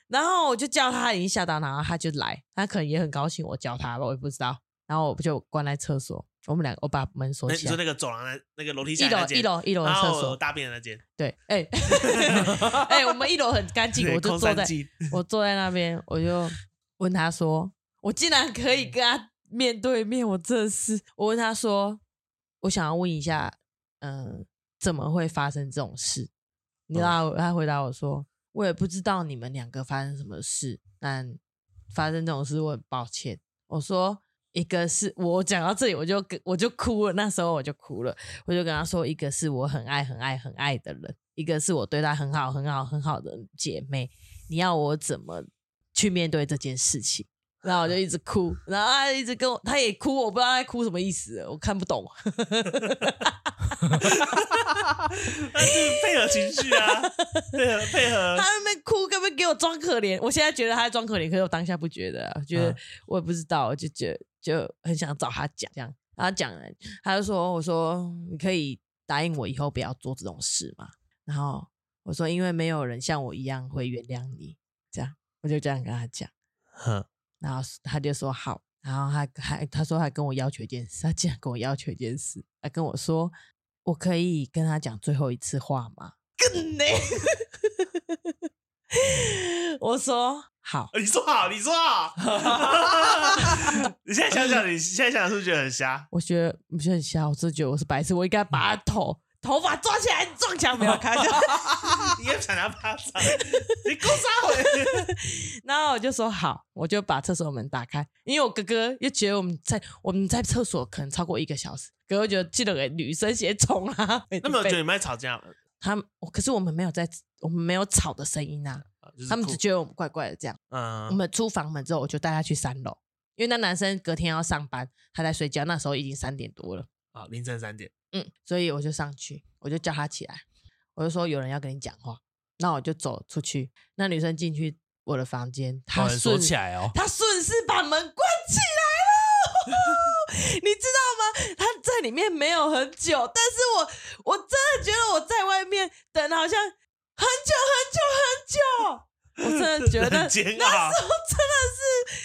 S3: 然后我就叫她，已经吓到，然后她就来，她可能也很高兴我叫她吧，我也不知道。然后我就关在厕所，我们两个我把门锁
S2: 那你
S3: 起
S2: 说
S3: 来。
S2: 那个走廊那那个楼梯下
S3: 一
S2: 来那
S3: 楼
S2: 间
S3: 一，楼一楼的
S2: 然后
S3: 厕
S2: 啊我
S3: 所，
S2: 大便的那间，
S3: 对，哎、
S2: [laughs]
S3: 哎、我 [laughs] 们一楼很干净，
S2: 对
S3: 我就
S2: 空
S3: 坐
S2: 山
S3: 在
S2: 鸡
S3: 我坐在那边，我就问他说：“我竟然可以跟他面对面，我真的是。”我问他说：“我想要问一下，嗯、怎么会发生这种事？”你知道他他回答我说：“我也不知道你们两个发生什么事，但发生这种事，我很抱歉。”我说：“一个是我讲到这里，我就跟我就哭了，那时候我就哭了。”我就跟他说，一个是我很爱很爱很爱的人，一个是我对她很好很好很好的姐妹。你要我怎么去面对这件事情？然后我就一直哭，然后他一直跟我，他也哭，我不知道他在哭什么意思，我看不懂。
S2: 那是配合情绪啊，
S3: [laughs]
S2: 配合配
S3: 他
S2: 合
S3: 在那边哭，根本给我装可怜。我现在觉得他在装可怜，可是我当下不觉得、啊，我觉得
S2: 嗯
S3: 我也不知道，我就觉得就很想找他讲这样。然后讲了，他就说：“我说你可以答应我以后不要做这种事嘛。”然后我说：“因为没有人像我一样会原谅你。”这样，我就这样跟他讲。
S2: 哼，
S3: 然后他就说好，然后他还他说还跟我要求一件事，他竟然跟我要求一件事，他跟我说我可以跟他讲最后一次话吗？更呢，我说好，
S2: 你说好，你说好， [laughs] 你现在想想，你现在想想是不是觉得很瞎？
S3: 我觉得我觉得很瞎，我真的觉得我是白痴，我应该
S2: 嗯
S3: 把他头头发抓起来撞墙，没有
S2: [laughs]
S3: 开玩笑。
S2: 你也想拿巴掌，你够杀
S3: [laughs]
S2: 回，
S3: 然后我就说好，我就把厕所门打开，因为我哥哥又觉得我们在我们在厕所可能超过一个小时，哥哥觉得进了个女生鞋虫啊，
S2: 那么我觉得你们在吵架吗，
S3: 他们，我可是我们没有在，我们没有吵的声音啊，
S2: 就是
S3: 他们
S2: 哭
S3: 只觉得我们怪怪的这样。我
S2: 嗯，
S3: 们出房门之后，我就带他去三楼，因为那男生隔天要上班，他在睡觉，那时候已经三点多了，
S2: 好，啊凌晨三点，
S3: 嗯，所以我就上去，我就叫他起来，我就说有人要跟你讲话，那我就走出去，那女生进去我的房间，她
S1: 把人锁
S3: 顺
S1: 起来哦。
S3: 他顺势把门关起来了， [laughs] 你知道吗？他在里面没有很久，但是我我真的觉得我在外面等好像很久很久很久，我真的觉得
S2: 很煎
S3: 那
S2: 熬
S3: 时候真的是，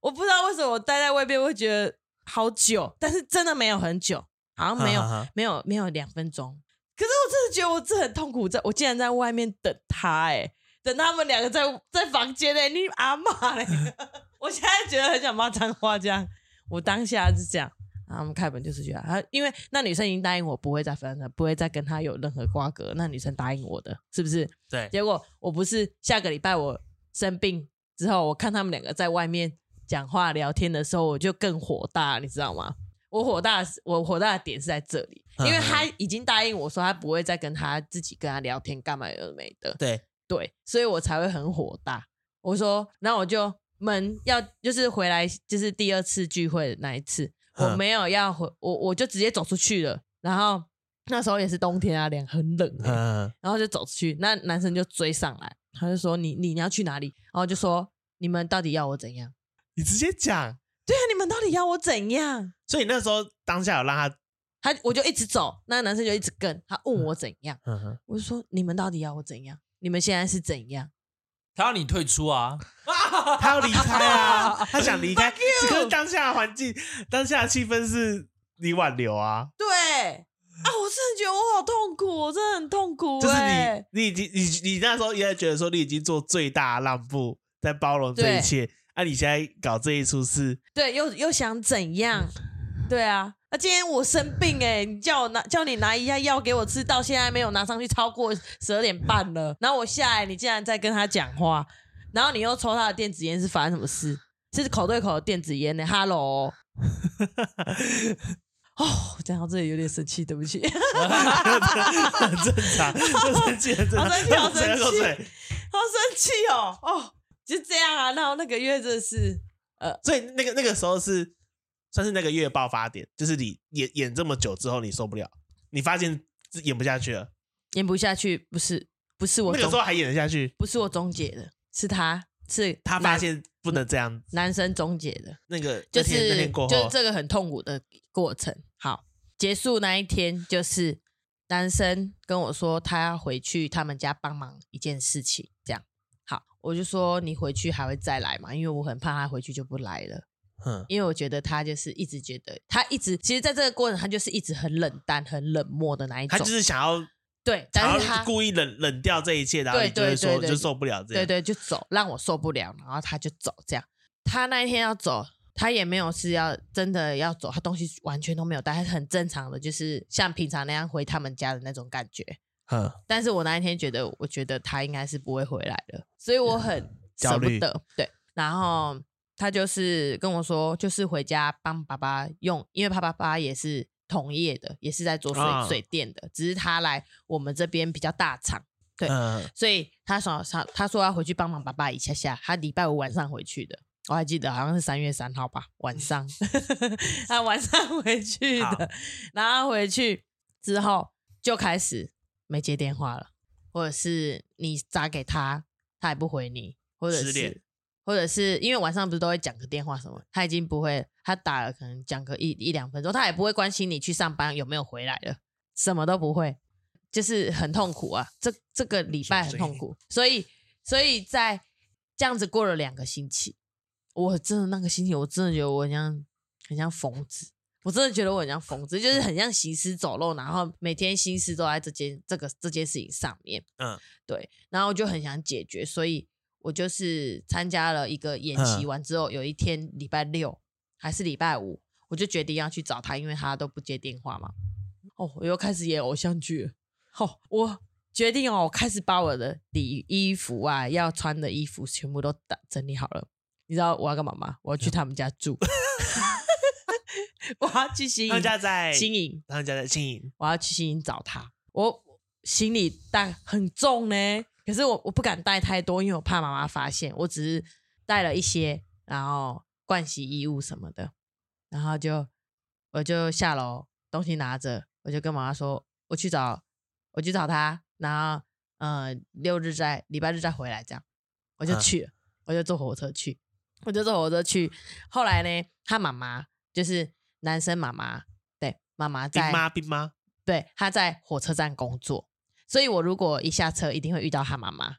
S3: 我不知道为什么我待在外面会觉得好久，但是真的没有很久，好像
S2: [laughs]
S3: 没有
S2: 哈哈哈
S3: 没有没有两分钟。可是我真的觉得我这很痛苦，在我竟然在外面等他、哎，等他们两个在在房间嘞、你阿妈嘞、 [laughs] 我现在觉得很想骂脏话，这样，我当下是这样。然后我们开门就是觉得，啊，因为那女生已经答应我不会再分了，不会再跟他有任何瓜葛。那女生答应我的，是不是？
S2: 对，
S3: 结果我不是下个礼拜我生病之后，我看他们两个在外面讲话聊天的时候，我就更火大，你知道吗？我火大的是，我火大的点是在这里，因
S2: 嗯
S3: 为他已经答应我说他不会再跟他自己跟他聊天，干嘛有的没的，
S2: 对，
S3: 对，所以我才会很火大。我说，然后我就门要就是回来，就是第二次聚会的那一次，我
S2: 嗯
S3: 没有要回，我我就直接走出去了。然后那时候也是冬天啊，脸很冷、欸，
S2: 嗯，
S3: 然后就走出去，那男生就追上来，他就说你你你要去哪里？然后就说你们到底要我怎样？
S2: 你直接讲，
S3: 对啊，你们到底要我怎样？
S2: 所以那时候当下有让他
S3: 他我就一直走，那个男生就一直跟，他问我怎样，
S2: 嗯哼，
S3: 我就说你们到底要我怎样？你们现在是怎样？
S1: 他要你退出啊，
S2: 他要离开
S3: [laughs]
S2: 啊，他想离开，可是当下的环境、当下的气氛是你挽留啊，
S3: 对啊，我真的觉得我好痛苦，我真的很痛苦、
S2: 就是
S3: 欸
S2: 你，你已经你你那时候应该觉得说你已经做最大的让步，在包容这一切，啊，你现在搞这一出
S3: [laughs]
S2: 事，
S3: 对，又又想怎样？
S2: 嗯
S3: [laughs] 对啊，那、今天我生病哎、你叫我拿叫你拿一下药给我吃，到现在没有拿上去，超过十二点半了。然后我下来，你竟然在跟他讲话，然后你又抽他的电子烟，是发生什么事？是口对口的电子烟呢、哈 h e l
S2: [laughs]
S3: l o 哦，讲到这里有点生气，对不起。 [laughs]
S2: 很正常，就生气，很正常，
S3: 好生气好生气
S2: 谁要喝水
S3: 好生气哦！哦，就这样啊。然后那个月真的是，
S2: 所以那个那个时候是算是那个月爆发点，就是你演演这么久之后，你受不了，你发现自己演不下去了。
S3: 演不下去，不是不是我
S2: 那个时
S3: 终
S2: 候还演得下去，
S3: 不是我终结的，是他是
S2: 他发
S3: 男
S2: 现不能这样。
S3: 男生终结的，
S2: 那个
S3: 就
S2: 那天那
S3: 是
S2: 天过后，
S3: 就是这个很痛苦的过程。好，结束那一天就是男生跟我说他要回去他们家帮忙一件事情，这样好，我就说你回去还会再来嘛，因为我很怕他回去就不来了。
S2: 嗯
S3: 因为我觉得他就是一直觉得他一直，其实在这个过程他就是一直很冷淡、很冷漠的那一
S2: 他
S3: 种，
S2: 就是想要
S3: 对，但
S2: 想
S3: 是他
S2: 要故意冷冷掉这一切，然后
S3: 对
S2: 你就会
S3: 对
S2: 说
S3: 对对
S2: 就受不了这样。
S3: 对对就走，让我受不了，然后他就走这样。他那一天要走，他也没有是要真的要走，他东西完全都没有带，他很正常的，就是像平常那样回他们家的那种感觉。
S2: 嗯，
S3: 但是我那一天觉得，我觉得他应该是不会回来了，所以我很
S2: 焦
S3: 舍不
S2: 虑
S3: 得。对，然后他就是跟我说，就是回家帮爸爸用，因为他爸爸也是同业的，也是在做水、
S2: 啊
S3: 水电的，只是他来我们这边比较大厂，对
S2: 嗯，
S3: 所以他想他他说要回去帮忙爸爸一下下，他礼拜五晚上回去的。我还记得好像是三月三号吧，晚
S2: [laughs]
S3: 上，他晚上回去
S2: 好
S3: 的，然后回去之后就开始没接电话了，或者是你打给他，他也不回你，或者
S2: 失
S3: 是
S2: 联
S3: 或者是因为晚上不是都会讲个电话什么，他已经不会，他打了可能讲个一一两分钟，他也不会关心你去上班有没有回来了，什么都不会，就是很痛苦啊。这这个礼拜很痛苦，所以所以在这样子过了两个星期，我真的那个星期，我真的觉得我很像很像疯子，我真的觉得我很像疯子，就是很像行尸走肉，然后每天心思都在这件这个这件事情上面。
S2: 嗯，
S3: 对，然后我就很想解决，所以我就是参加了一个演习，
S2: 嗯
S3: 完之后、有一天礼拜六还是礼拜五，我就决定要去找他，因为他都不接电话嘛。哦，我又开始演偶像剧了。哦，我决定哦，我开始把我的礼衣服啊，要穿的衣服全部都打整理好了。你知道我要干嘛吗？我要去他们家住， [laughs] 我要去新
S2: 他们
S3: 营，
S2: 家在
S3: 新营，
S2: 他们家在轻盈，
S3: 我要去新营找他。我行李带很重呢，可是我我不敢带太多，因为我怕妈妈发现。我只是带了一些，然后盥洗衣物什么的，然后就我就下楼，东西拿着，我就跟妈妈说，我去找我去找他，然后呃六日再礼拜日再回来这样，我就
S2: 嗯
S3: 去了，我就坐火车去，我就坐火车去。后来呢，他妈妈就是男生妈妈，对妈妈
S2: 冰
S3: 在
S2: 妈冰妈，
S3: 对，他在火车站工作，所以我如果一下车，一定会遇到他妈妈。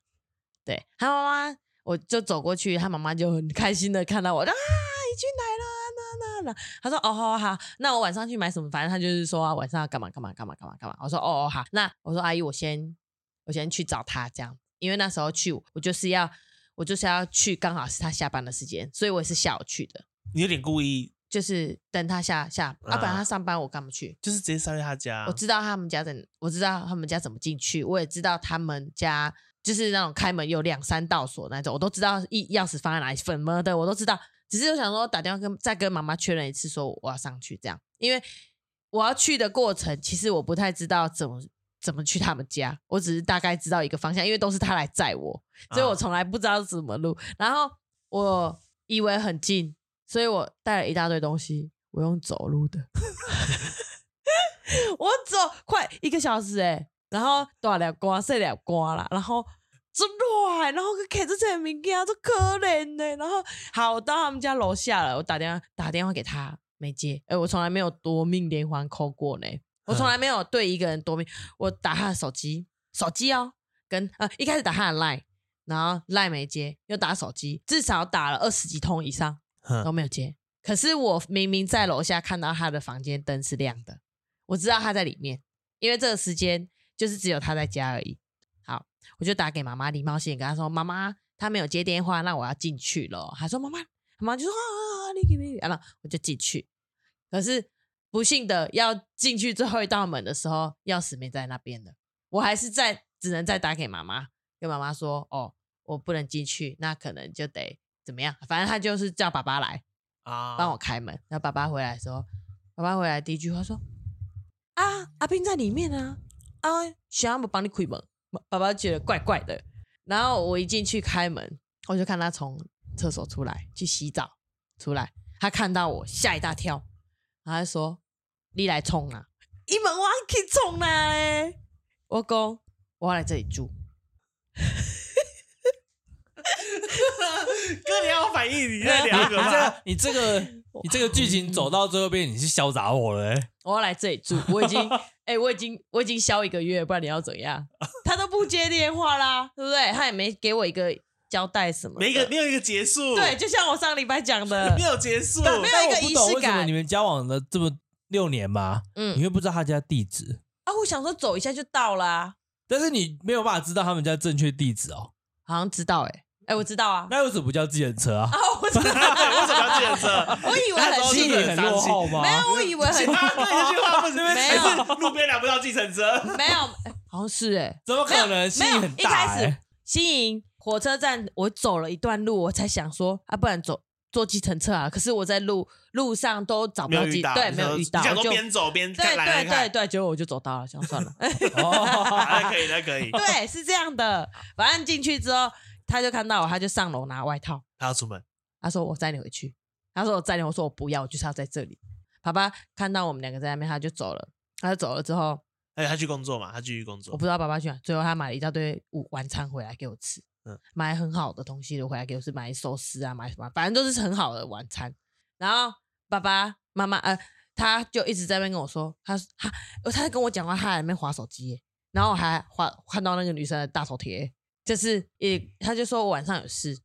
S3: 对他妈妈，我就走过去，他妈妈就很开心的看到我，啊，你去哪了？那那那，他说哦好好，好那我晚上去买什么？反正他就是说、啊、晚上要干嘛干嘛干嘛干嘛干嘛。我说哦哦好，那我说阿姨，我先我先去找他这样，因为那时候去我就是要我就是要去，刚好是他下班的时间，所以我也是下午去的，
S2: 你有点故意，
S3: 就是等他下下，要、不然他
S2: 啊
S3: 上班我干嘛去？
S2: 就是直接杀去他家
S3: 我。知道他们家怎，我知道他们家怎么进去，我也知道他们家就是那种开门有两三道锁那种，我都知道一钥匙放在哪里，什么的我都知道。只是我想说打电话跟再跟妈妈确认一次，说我要上去这样，因为我要去的过程，其实我不太知道怎么怎么去他们家，我只是大概知道一个方向，因为都是他来载我，所以我
S2: 啊
S3: 从来不知道是什么路。然后我以为很近，所以我带了一大堆东西，我用走路的。 [laughs] 我走快一个小时哎、然后大了瓜，细了瓜啦，然后真乱，然后去看这些欸物件，这可怜呢、然后好，我到他们家楼下了，我打电话打电话给他，没接。哎，我从来没有夺命连环扣过呢，我从来没有对一个人夺命。我打他的手机，手机哦，跟呃一开始打他的 line，然后 line 没接，又打手机，至少打了二十几通以上都
S2: 哼，
S3: 没有接。可是我明明在楼下看到他的房间灯是亮的，我知道他在里面，因为这个时间就是只有他在家而已。好，我就打给妈妈，礼貌性地跟她说：“妈妈，她没有接电话，那我要进去了。”她说：“妈妈，妈妈就说啊啊，啊你你，然后我就进去。可是不幸的，要进去最后一道门的时候，钥匙没在那边了，我还是在只能再打给妈妈，跟妈妈说：哦，我不能进去，那可能就得怎么样？反正他就是叫爸爸来。”
S2: 啊
S3: 帮我开门。然后爸爸回来的时候，爸爸回来第一句话说：“啊，阿斌在里面啊，啊，想要我帮你开门。”爸爸觉得怪怪的。然后我一进去开门，我就看他从厕所出来去洗澡，出来他看到我吓一大跳，然后他就说：“你来冲啊！”一门我去冲啦、欸！我讲我要来这里住，
S2: 哥，你要反应，你
S3: 在
S2: 在
S3: 聊
S2: 聊
S1: 你
S2: 一
S3: [laughs]
S1: 这
S2: 个吧？
S1: 个你这个你这个剧情走到最后边，你是潇洒我了、欸。
S3: 我要来这里住，我已经，
S2: [laughs]
S3: 哎、我已经，我已经消一个月，不然你要怎样？他都不接电话啦，对不对？他也没给我一个交代什么的，
S2: 没一个，没有一个结束，
S3: 对，，就像我上礼拜讲的
S2: 没，有结束，
S3: 但没有
S1: 但
S3: 一个
S1: 我不懂
S3: 仪式
S1: 为什么
S3: 感
S1: 你们交往了这么六年嘛，你
S3: 嗯，
S1: 会不知道他家地址，
S3: 啊，我想说走一下就到啦，
S1: 但是你没有办法知道他们家正确地址哦。
S3: 好像知道、欸，哎，哎，我知道 [laughs] 啊，
S1: 那为什么不叫计程车啊
S3: 啊？，我知
S2: [laughs]
S3: 道，
S2: 为什么要建设？
S3: [laughs] 我以为
S2: 那时候
S3: 很
S1: 心
S3: 近
S1: 里
S2: 是
S1: 很落后吗？
S3: 没有，我以为
S2: [laughs]
S3: 很近，
S2: 啊，对这句话不是
S3: [laughs] 没有
S2: 还是路边拦不到计程车，
S3: 没有，哎好像是哎、
S1: 怎么可能？心
S3: 没
S1: 里
S3: 有
S1: 很，
S3: 一
S1: 大、
S3: 开始
S1: 欸。
S3: 新营火车站，我走了一段路，我才想说啊，不然走坐计程车啊。可是我在路路上都找不
S2: 没有
S3: 计
S2: 遇到，
S3: [laughs] 对，没有遇到，
S2: 你想
S3: 我
S2: 说
S3: 就
S2: 边走边
S3: 对
S2: 看，来
S3: 对对
S2: 看，
S3: 对，结果我就走到了，想
S2: [laughs]
S3: 算了。 [laughs]
S1: 哦，
S2: 啊那可以，那可以，
S3: 对，是这样的。反正进去之后，他就看到我，他就上楼拿外套，
S2: 他要出门，
S3: 他说我载你回去，他说我载你，我说我不要，我就是要在这里。爸爸看到我们两个在那边，他就走了。他就走了之后，
S2: 而且哎他去工作嘛，他继续工
S3: 我
S2: 作
S3: 不，知道爸爸去哪。最后他买了一大堆午晚餐回来给我吃，
S2: 嗯
S3: 买很好的东西的回来给我吃，买寿司啊，买什么，反正都是很好的晚餐。然后爸爸妈妈呃，他就一直在那边跟我说，他他呃他在跟我讲话，他还在那边划手机耶，然后我还划看到那个女生的大头贴，就是也
S2: 嗯
S3: 他就说我晚上有事，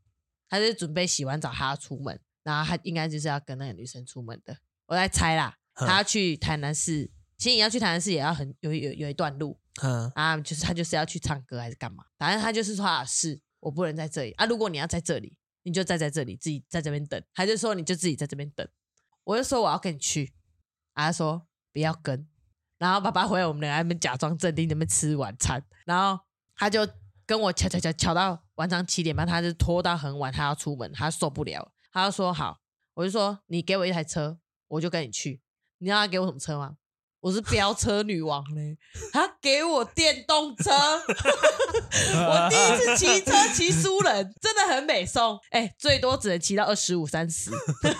S3: 他就准备洗完澡还要出门，然后他应该就是要跟那个女生出门的，我在猜啦，
S2: 嗯
S3: 他要去台南市，其实你要去台南市也要很有有有一段路。
S2: 嗯，
S3: 啊，就是他就是要去唱歌还是干嘛，反正他就是说啊，是我不能在这里啊，如果你要在这里，你就再在这里自己在这边等，他就说你就自己在这边等，我就说我要跟你去，啊，他说不要跟，然后爸爸回来我们俩在那边假装镇定在那边吃晚餐，然后他就跟我敲敲敲敲到晚上七点半，他就拖到很晚，他要出门，他受不了了，他就说好，我就说你给我一台车，我就跟你去，你知道他给我什么车吗？我是飙车女王嘞，他给我电动
S1: [laughs]
S3: 车，我第一次骑车骑输人，真的很美送。哎、最多只能骑到二十五、三十， [laughs]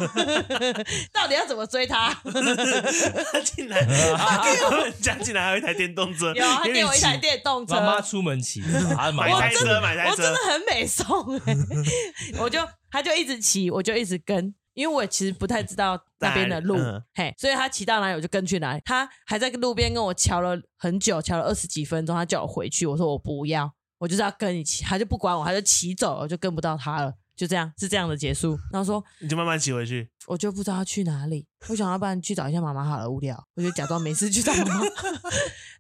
S3: 到底要怎么追他？
S2: 他 [laughs] 进
S3: [laughs]
S2: 来，他家进来还有一台电动车，
S3: 有啊，他
S2: 给你
S3: 给我一台
S2: 骑，
S3: 电动车，
S1: 妈妈出门骑，啊，买
S2: 买
S1: 台
S2: 台车，
S1: 车，
S2: 买台
S3: 我真
S2: 车
S3: 的，很美送哎、 [laughs] 我就他就一直骑，我就一直跟，因为我其实不太知道那边的路，
S2: 在嗯
S3: 嘿，所以他骑到哪里我就跟去哪里。他还在路边跟我瞧了很久，瞧了二十几分钟，他叫我回去，我说我不要，我就是要跟你骑，他就不管我，他就骑走了，我就跟不到他了，就这样是这样的结束。然后说
S2: 你就慢慢骑回去，
S3: 我就不知道要去哪里，我想要不然去找一下妈妈好了，无聊，我就假装没事去找妈妈。 [laughs]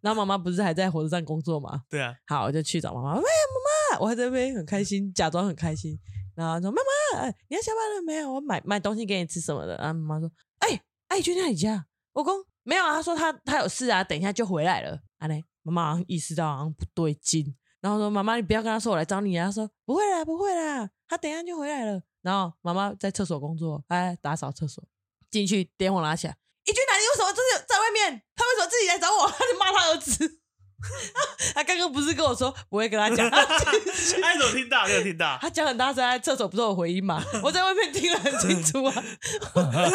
S3: 然后妈妈不是还在火车站工作吗？
S2: 对
S3: [laughs]
S2: 啊，
S3: 好，我就去找妈妈。 [laughs] 喂，妈妈，我还在那边很开心，假装很开心。然后说妈妈，哎你要下班了没有？我买买东西给你吃什么的。然后妈妈说，哎、哎，你去那里家？我公没有啊，他说他他有事啊，等一下就回来了。啊嘞，妈妈好像意识到好像不对劲，然后说妈妈，你不要跟他说我来找你啊。他说不会啦，不会啦，他等一下就回来了。然后妈妈在厕所工作，哎，打扫厕所，进去电话拿起来。一军男的为什么就是在外面？他为什么自己来找我？他就骂他儿子。 [laughs] 他刚刚不是跟我说不会跟他讲，
S2: 哎，怎么听到？没有听到？
S3: 他讲很大声，在厕所不是有回音嘛？我在外面听得很清楚啊， [laughs] 很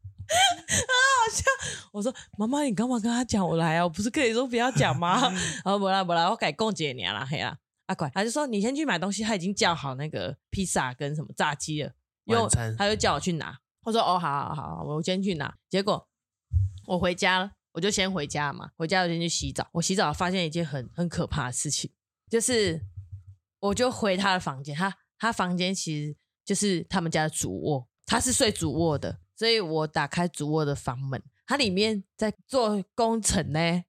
S3: 好笑。我说妈妈，你干嘛跟他讲我来啊？我不是跟你说不要讲吗？然后不哦啦不啦，我改共姐你啦嘿啦，阿拐，他就说你先去买东西，他已经叫好那个披萨跟什么炸鸡了，又
S2: 晚餐
S3: 他又叫我去拿。我说哦，好好好，好我先去拿。结果我回家了，我就先回家嘛，回家我先去洗澡。我洗澡发现一件很很可怕的事情，就是我就回他的房间，他他房间其实就是他们家的主卧，他是睡主卧的，所以我打开主卧的房门，它里面在做工程呢。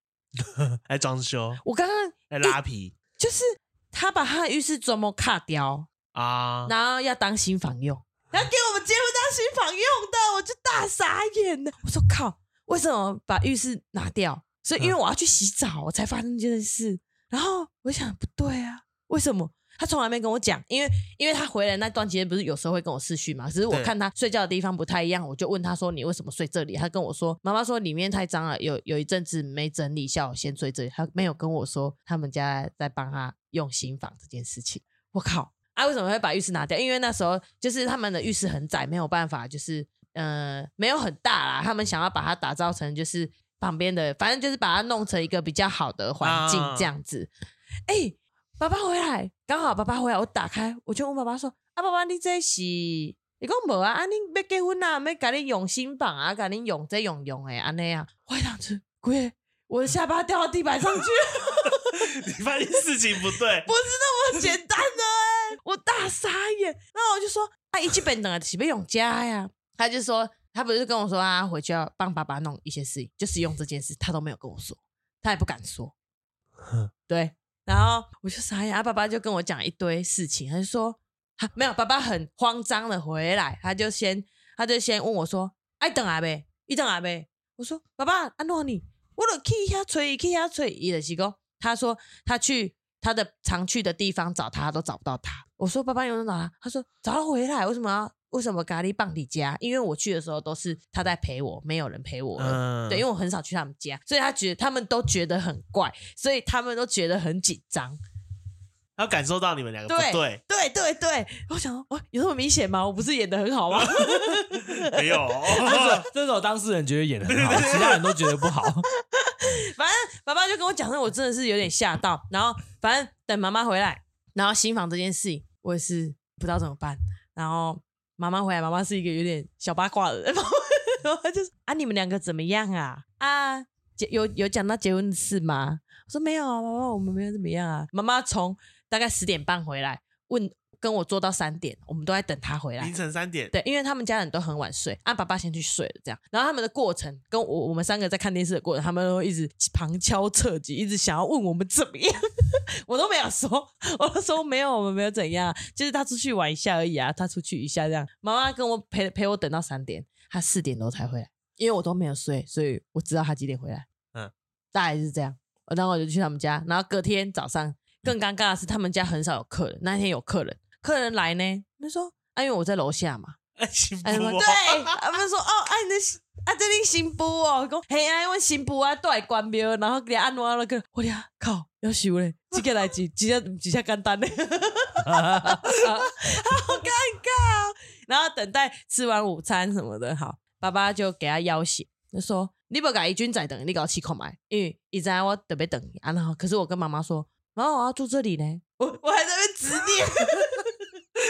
S2: 来装修，
S3: 我刚刚
S2: 来拉皮
S3: 就是他把他的浴室装模卡掉，
S2: 啊，
S3: 然后要当新房用，然后给我们结婚当新房用的，我就大傻眼了。我说靠，为什么把浴室拿掉？所以因为我要去洗澡，我才发生这件事。然后我想不对啊，为什么？他从来没跟我讲，因为因为他回来那段期间不是有时候会跟我视讯嘛，只是我
S2: 对
S3: 看他睡觉的地方不太一样，我就问他说你为什么睡这里？他跟我说妈妈说里面太脏了，有有一阵子没整理，下午先睡这里。他没有跟我说他们家在帮他用新房这件事情。我靠！啊，为什么会把浴室拿掉？因为那时候就是他们的浴室很窄，没有办法，就是呃，没有很大啦。他们想要把它打造成就是旁边的，反正就是把它弄成一个比较好的环境
S2: 啊
S3: 这样子。哎、爸爸回来，刚好爸爸回来，我打开，我就问爸爸说：“啊，爸爸，你这是？你讲无啊？啊，你要结婚啊？要甲你用新房啊？甲你用这用用诶，安尼啊？”我当时，鬼，我的下巴掉到地板上去。
S2: 你发现事情不对，
S3: 不是那么简单的哎、我大傻眼。然后我就说，啊，一基本等啊，岂不用家呀？他就说，他不是跟我说啊，回去要帮爸爸弄一些事情，就是用这件事，他都没有跟我说，他也不敢说。对，然后我就傻眼，啊，爸爸就跟我讲一堆事情，他就说，啊、没有，爸爸很慌张的回来，他就先，他就先问我说，哎、等啊呗，一等啊呗。我说，爸爸，安诺你，我就去遐吹，去遐吹，伊就是讲，他说他去他的常去的地方找他，都找不到他。我说爸爸有人找他，他说找他回来，为什么要为什么咖喱棒你家？因为我去的时候都是他在陪我，没有人陪我了。
S2: 嗯，
S3: 对，因为我很少去他们家，所以他觉得他们都觉得很怪，所以他们都觉得很紧张。
S2: 他感受到你们两个
S3: 对
S2: 不对，
S3: 对对对，我想说，哇，有那么明显吗？我不是演的很好吗？
S2: 没有，
S1: 这种当事人觉得演的很好，其他人都觉得不
S2: [laughs]
S1: 好。 [laughs]
S3: 反正爸爸就跟我讲，那我真的是有点吓到。然后反正等妈妈回来，然后新房这件事情，我也是不知道怎么办。然后妈妈回来，妈妈是一个有点小八卦的人，妈妈然后她就是啊，你们两个怎么样啊？啊，结有有讲到结婚的事吗？我说没有啊，妈妈，我们没有怎么样啊。妈妈从大概十点半回来，问跟我坐到三点，我们都在等她回来
S2: 凌。晨三点，
S3: 对，因为他们家人都很晚睡，啊，爸爸先去睡了，这样。然后他们的过程跟我我们三个在看电视的过程，他们都一直旁敲侧击，一直想要问我们怎么样， [laughs] 我都没有说，我都说没有，我们没有怎样，就是他出去玩一下而已啊，他出去一下这样。妈妈跟我陪陪我等到三点，他四点多才回来，因为我都没有睡，所以我知道他几点回来。嗯
S2: 嗯，
S3: 大概是这样。呃然后我就去他们家，然后隔天早上更尴尬的是，他们家很少有客人，那天有客人，客人来呢，他说。啊，因为我在楼下嘛，
S2: 哎，幸福 [laughs]
S3: 哎，
S2: 哦，
S3: 对，他们说哦，啊，你的新啊，这恁新妇哦，讲嘿啊，阮新妇啊，住在关庙，然后给他按我那个，我俩靠，要收嘞，这个来几几下几下简单嘞，好尴尬、哦。然后等待吃完午餐什么的，好，爸爸就给他要挟，就说你不给一军仔等，你搞气口买，因为以前我特别等你啊，然后可是我跟妈妈说，妈妈我要住这里呢，我我还在那边执念。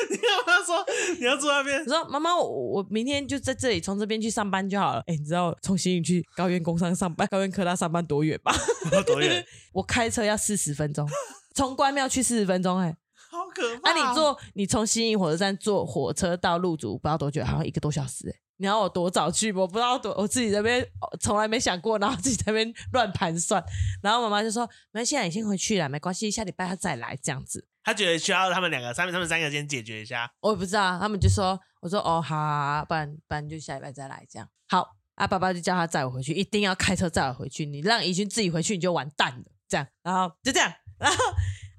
S2: 你要不要说你要坐那
S3: [laughs]
S2: 边
S3: 我？说妈妈，我我明天就在这里，从这边去上班就好了。哎，你知道从新营去高原工商上班，高原科大上班多远吧？ [laughs]
S2: 多远？
S3: 我开车要四十分钟，从关庙去四十分钟、哎，
S2: 好可怕！哦
S3: 那、你坐你从新营火车站坐火车到陆竹，不知道多久，好像一个多小时、哎，你要我多早去？我不知道多，我自己这边哦从来没想过，然后自己在那边乱盘算。然后妈妈就说：“没关系啊，你先回去啦，没关系，下礼拜他再来这样子。”
S2: 他觉得需要他们两个，他们他们三个先解决一
S3: [laughs]
S2: 下。
S3: 我也不知道，啊他们就说，我说哦，好好好，不然不然就下礼拜再来这样。好啊，爸爸就叫他载我回去，一定要开车载我回去。你让怡君自己回去，你就完蛋了。这样，然后就这样，然后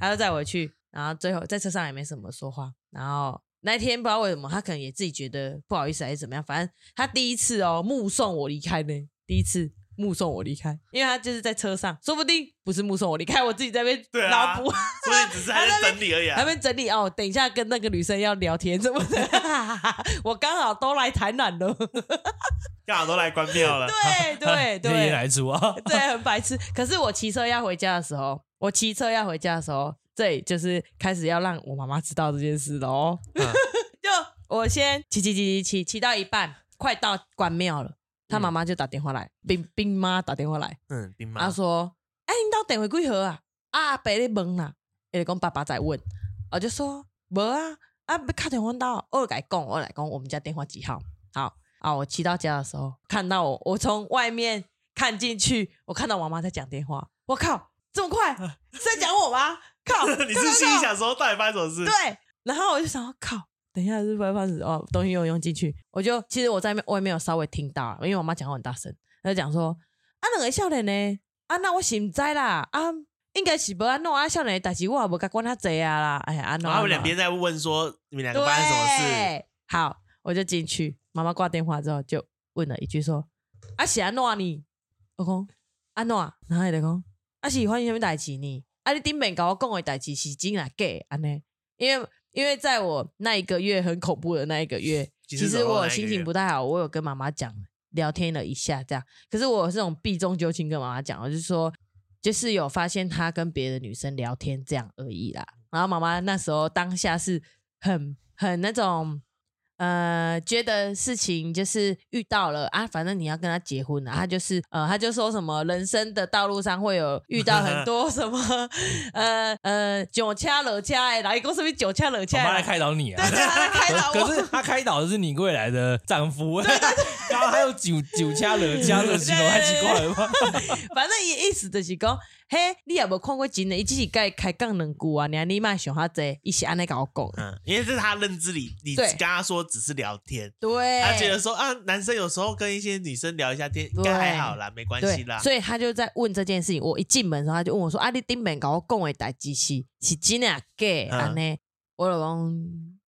S3: 他就载我回去，然后最后在车上也没什么说话。然后那一天不知道为什么，他可能也自己觉得不好意思还是怎么样，反正他第一次哦目送我离开呢，第一次。目送我离开，因为他就是在车上，说不定不是目送我离开，我自己在那
S2: 对
S3: 边
S2: 啊
S3: 脑补，
S2: 所以只是还在整理而已、
S3: 还
S2: 啊。
S3: 没整理哦，等一下跟那个女生要聊天什么 [laughs] 的，我刚好都来台南了。
S2: 刚好都来关庙了，
S3: 对 [laughs] 对
S1: 天也
S3: 对
S1: 来煮啊，
S3: 对，很白痴。可是我骑车要回家的时候，我骑车要回家的时候，这里就是开始要 [laughs] 让我妈妈知道这件事了哦。
S2: 嗯
S3: 就我先骑骑骑骑骑骑到一半，快到关庙了，他妈妈就打电话来，冰冰妈打电话来，
S2: 嗯，兵马
S3: 她说：“哎、你到等回几号啊？啊，伯咧问啦，伊讲爸爸在问，我就说无啊，啊，要打电话到，我来讲，我来讲，我们家电话几号？好啊，我骑到家的时候，看到我，我从外面看进去，我看到我妈在讲电话，我靠，这
S2: [laughs]
S3: 么快是在讲我吗？靠，
S2: [laughs] 你是心里想说到底发生什么事？
S3: 对，然后我就想，靠，等一下是不是发生哦，东西又用进去，我就其实我在外面有稍微听到，因为我妈讲话很大声，她就讲说啊，两个少年呢，啊，那我是唔知啦，啊，应该是无安弄啊，少年的代志我也无甲管他济啊啦，哎呀，安
S2: 然
S3: 弄
S2: 后他们两边在问说你们两个
S3: 对，
S2: 发生什么事？
S3: 好，我就进去，妈妈挂电话之后就问了一句说：“啊是安怎呢？”我讲：“安怎？”然后伊就讲：“啊是发生什么代志呢？啊你顶面跟我讲的代志是真啊假的？安尼？因为因为在我那一个月很恐怖的那一个
S2: [laughs]
S3: 月，
S2: 其
S3: 其
S2: 实
S3: 实
S2: 那
S3: 我
S2: 一个
S3: 心
S2: 月
S3: 情不太好，我有跟妈妈讲聊天了一下，这样。可是我是那种避重就轻跟妈妈讲，我就说就是有发现他跟别的女生聊天这样而已啦。然后妈妈那时候当下是很很那种呃，觉得事情就是遇到了啊，反正你要跟他结婚了、啊，他就是呃，他就说什么人生的道路上会有遇到很多什么 [laughs] 呃呃酒掐惹掐的啦，一共是不是酒掐惹
S1: 我
S3: 掐
S1: 妈来
S3: 的啦？
S1: 开导你啊
S3: [laughs] 对！对，他在开
S1: [laughs]
S3: 导
S1: 可
S3: 我。
S1: 是他开导的是你未来的丈夫， [laughs] 然后还有酒酒掐惹掐，这个形容太奇怪了吧？
S3: 反正伊意思就是讲，嘿，你也无看过真的，伊只是甲伊开讲两句啊，你你莫想遐济，伊是安尼甲我讲的。
S2: 嗯，因为这是他认知里，你
S3: 对哎
S2: 跟他说只是聊天，
S3: 对，
S2: 他觉得说啊，男生有时候跟一些女生聊一下天，应
S3: 对
S2: 该还好啦，没关系
S3: 对
S2: 啦，。
S3: 所以他就在问这件事情。我一进门的时候，他就问我说：“啊，你顶面甲我讲的代志是是真的啊假的？
S2: 嗯
S3: 安尼、我就讲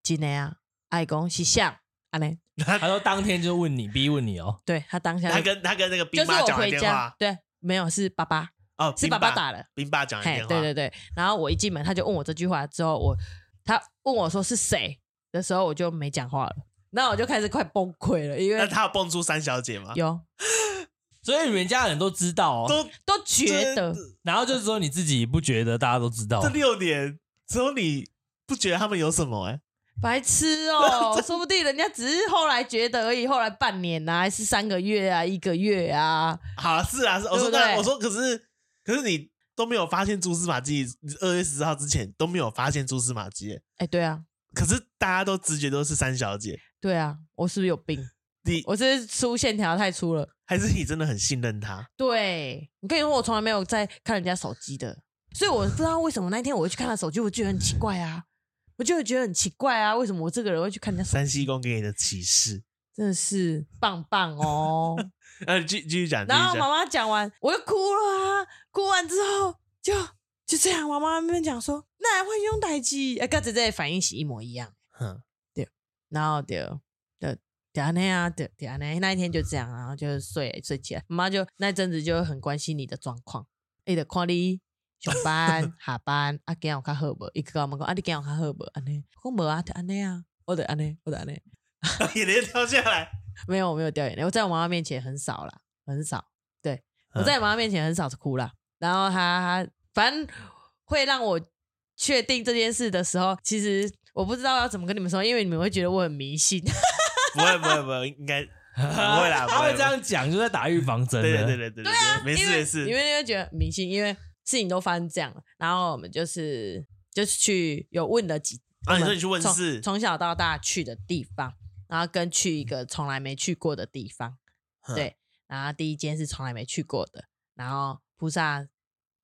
S3: 真的啊，爱讲是像安尼。
S1: 他说当天就问你，逼问你哦。
S3: 对他当下
S2: 他
S3: 就
S2: 跟他跟那个
S3: 就
S2: 兵
S3: 是
S2: 爸
S3: 我
S2: 讲完
S3: 回
S2: 电
S3: 家
S2: 话，，
S3: 对，没有是爸爸，
S2: 哦，
S3: 是
S2: 兵
S3: 爸爸
S2: 爸
S3: 打的。
S2: 兵爸讲完
S3: 嘿
S2: 电，话，
S3: 对对对。然后我一进门，他就问我这句话之后，我他问我说是谁的时候，我就没讲话了。那我就开始快崩溃了，因
S2: 那
S3: 为
S2: 他有蹦出三小姐吗？
S3: 有
S1: 所以你们家人都知道哦，
S2: 都
S3: 都觉得
S2: 这
S1: 然后就是说你自己不觉得，大家都知道
S2: 这。六年只有你不觉得他们有什么哎、
S3: 白痴哦、说不定人家只是后来觉得而已，后来半年啊，还是三个月啊，一个月啊，
S2: 好啊，是啊，是我
S3: 对
S2: 说
S3: 不对
S2: 那我说可是可是你都没有发现蛛丝马迹，二月十四号之前都没有发现蛛丝马迹、欸，
S3: 哎、对啊，
S2: 可是大家都直觉都是三小姐，
S3: 对啊，我是不是有病？
S2: 你
S3: 我是不是粗线条太粗了。
S2: 还是你真的很信任他？
S3: 对，我跟你说，我从来没有在看人家手机的，所以我不知道为什么那天我会去看他手机，我觉得很奇怪啊，我就会觉得很奇怪啊，为什么我这个人会去看人家手
S2: 山西公给你的启示， [laughs]
S3: 真的是棒棒哦。
S2: 呃，继继续讲，继续
S3: 然后妈
S2: 讲，
S3: 妈讲完，我又哭了啊！哭完之后就就这样，妈妈那边讲说，那会用代机，哎，跟姐姐的反应是一模一样。
S2: 哼
S3: 然后就就就安尼啊，就就安尼，那一天就这样，啊然后就睡睡起来，妈妈就那阵子就很关心你的状况，伊就看你上班下班，啊，今天有较好无？伊去跟我们讲，啊，你今天有较好无？安尼，我讲无啊，就安尼啊，我就安尼，我就安尼，
S2: [laughs] 眼泪掉下
S3: [laughs]
S2: 来，
S3: 没有，我没有掉眼泪，我在我妈妈面前很少啦，很少。对
S2: 嗯
S3: 我在我妈妈面前很少哭啦。然后她她反正会让我确定这件事的时候，其实我不知道要怎么跟你们说，因为你们会觉得我很迷信。
S2: 不会不会不会，应该
S1: 不
S2: 会啦不
S1: [laughs] 他会
S2: 会
S1: 这样讲，就在打预防针了。
S2: 对对对对对对，没事
S3: 因为
S2: 没事
S3: 啊因，为会觉得迷信，因为事情都发生这样了，然后我们就是就是去有问了几
S2: 啊，你说
S3: 我们
S2: 你去问
S3: 从
S2: 事，
S3: 从小到大去的地方，然后跟去一个从来没去过的地方，
S2: 哼
S3: 对，然后第一间是从来没去过的，然后菩萨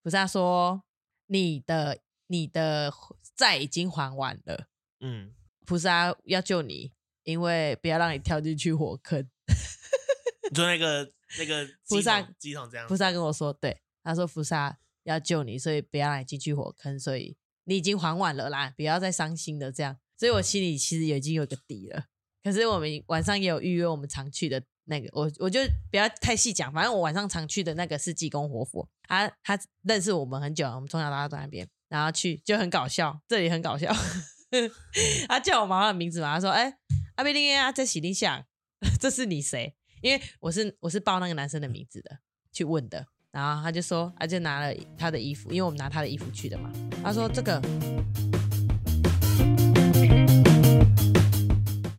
S3: 菩萨说你的你的债已经还完了，
S2: 嗯，
S3: 菩萨要救你，因为不要让你跳进去火坑。
S2: 你说那个那个
S3: 菩萨
S2: 鸡桶鸡桶这样，
S3: 菩萨跟我说，对，他说菩萨要救你，所以不要让你进去火坑，所以你已经还完了啦，不要再伤心的这样。所以
S2: 嗯
S3: 我心里其实已经有个底了。可是我们晚上也有预约我们常去的那个，我我就不要太细讲，反正我晚上常去的那个是济公活佛，他他认识我们很久了，我们从小到大都在那边，然后去就很搞笑，这里很搞笑。
S2: 嗯
S3: [laughs] 他叫我妈妈的名字嘛，他说：“哎、阿贝林啊，这喜林想， [laughs] 这是你谁？”因为我是我是报那个男生的名字的，去问的，然后他就说，他就拿了他的衣服，因为我们拿他的衣服去的嘛。他说这个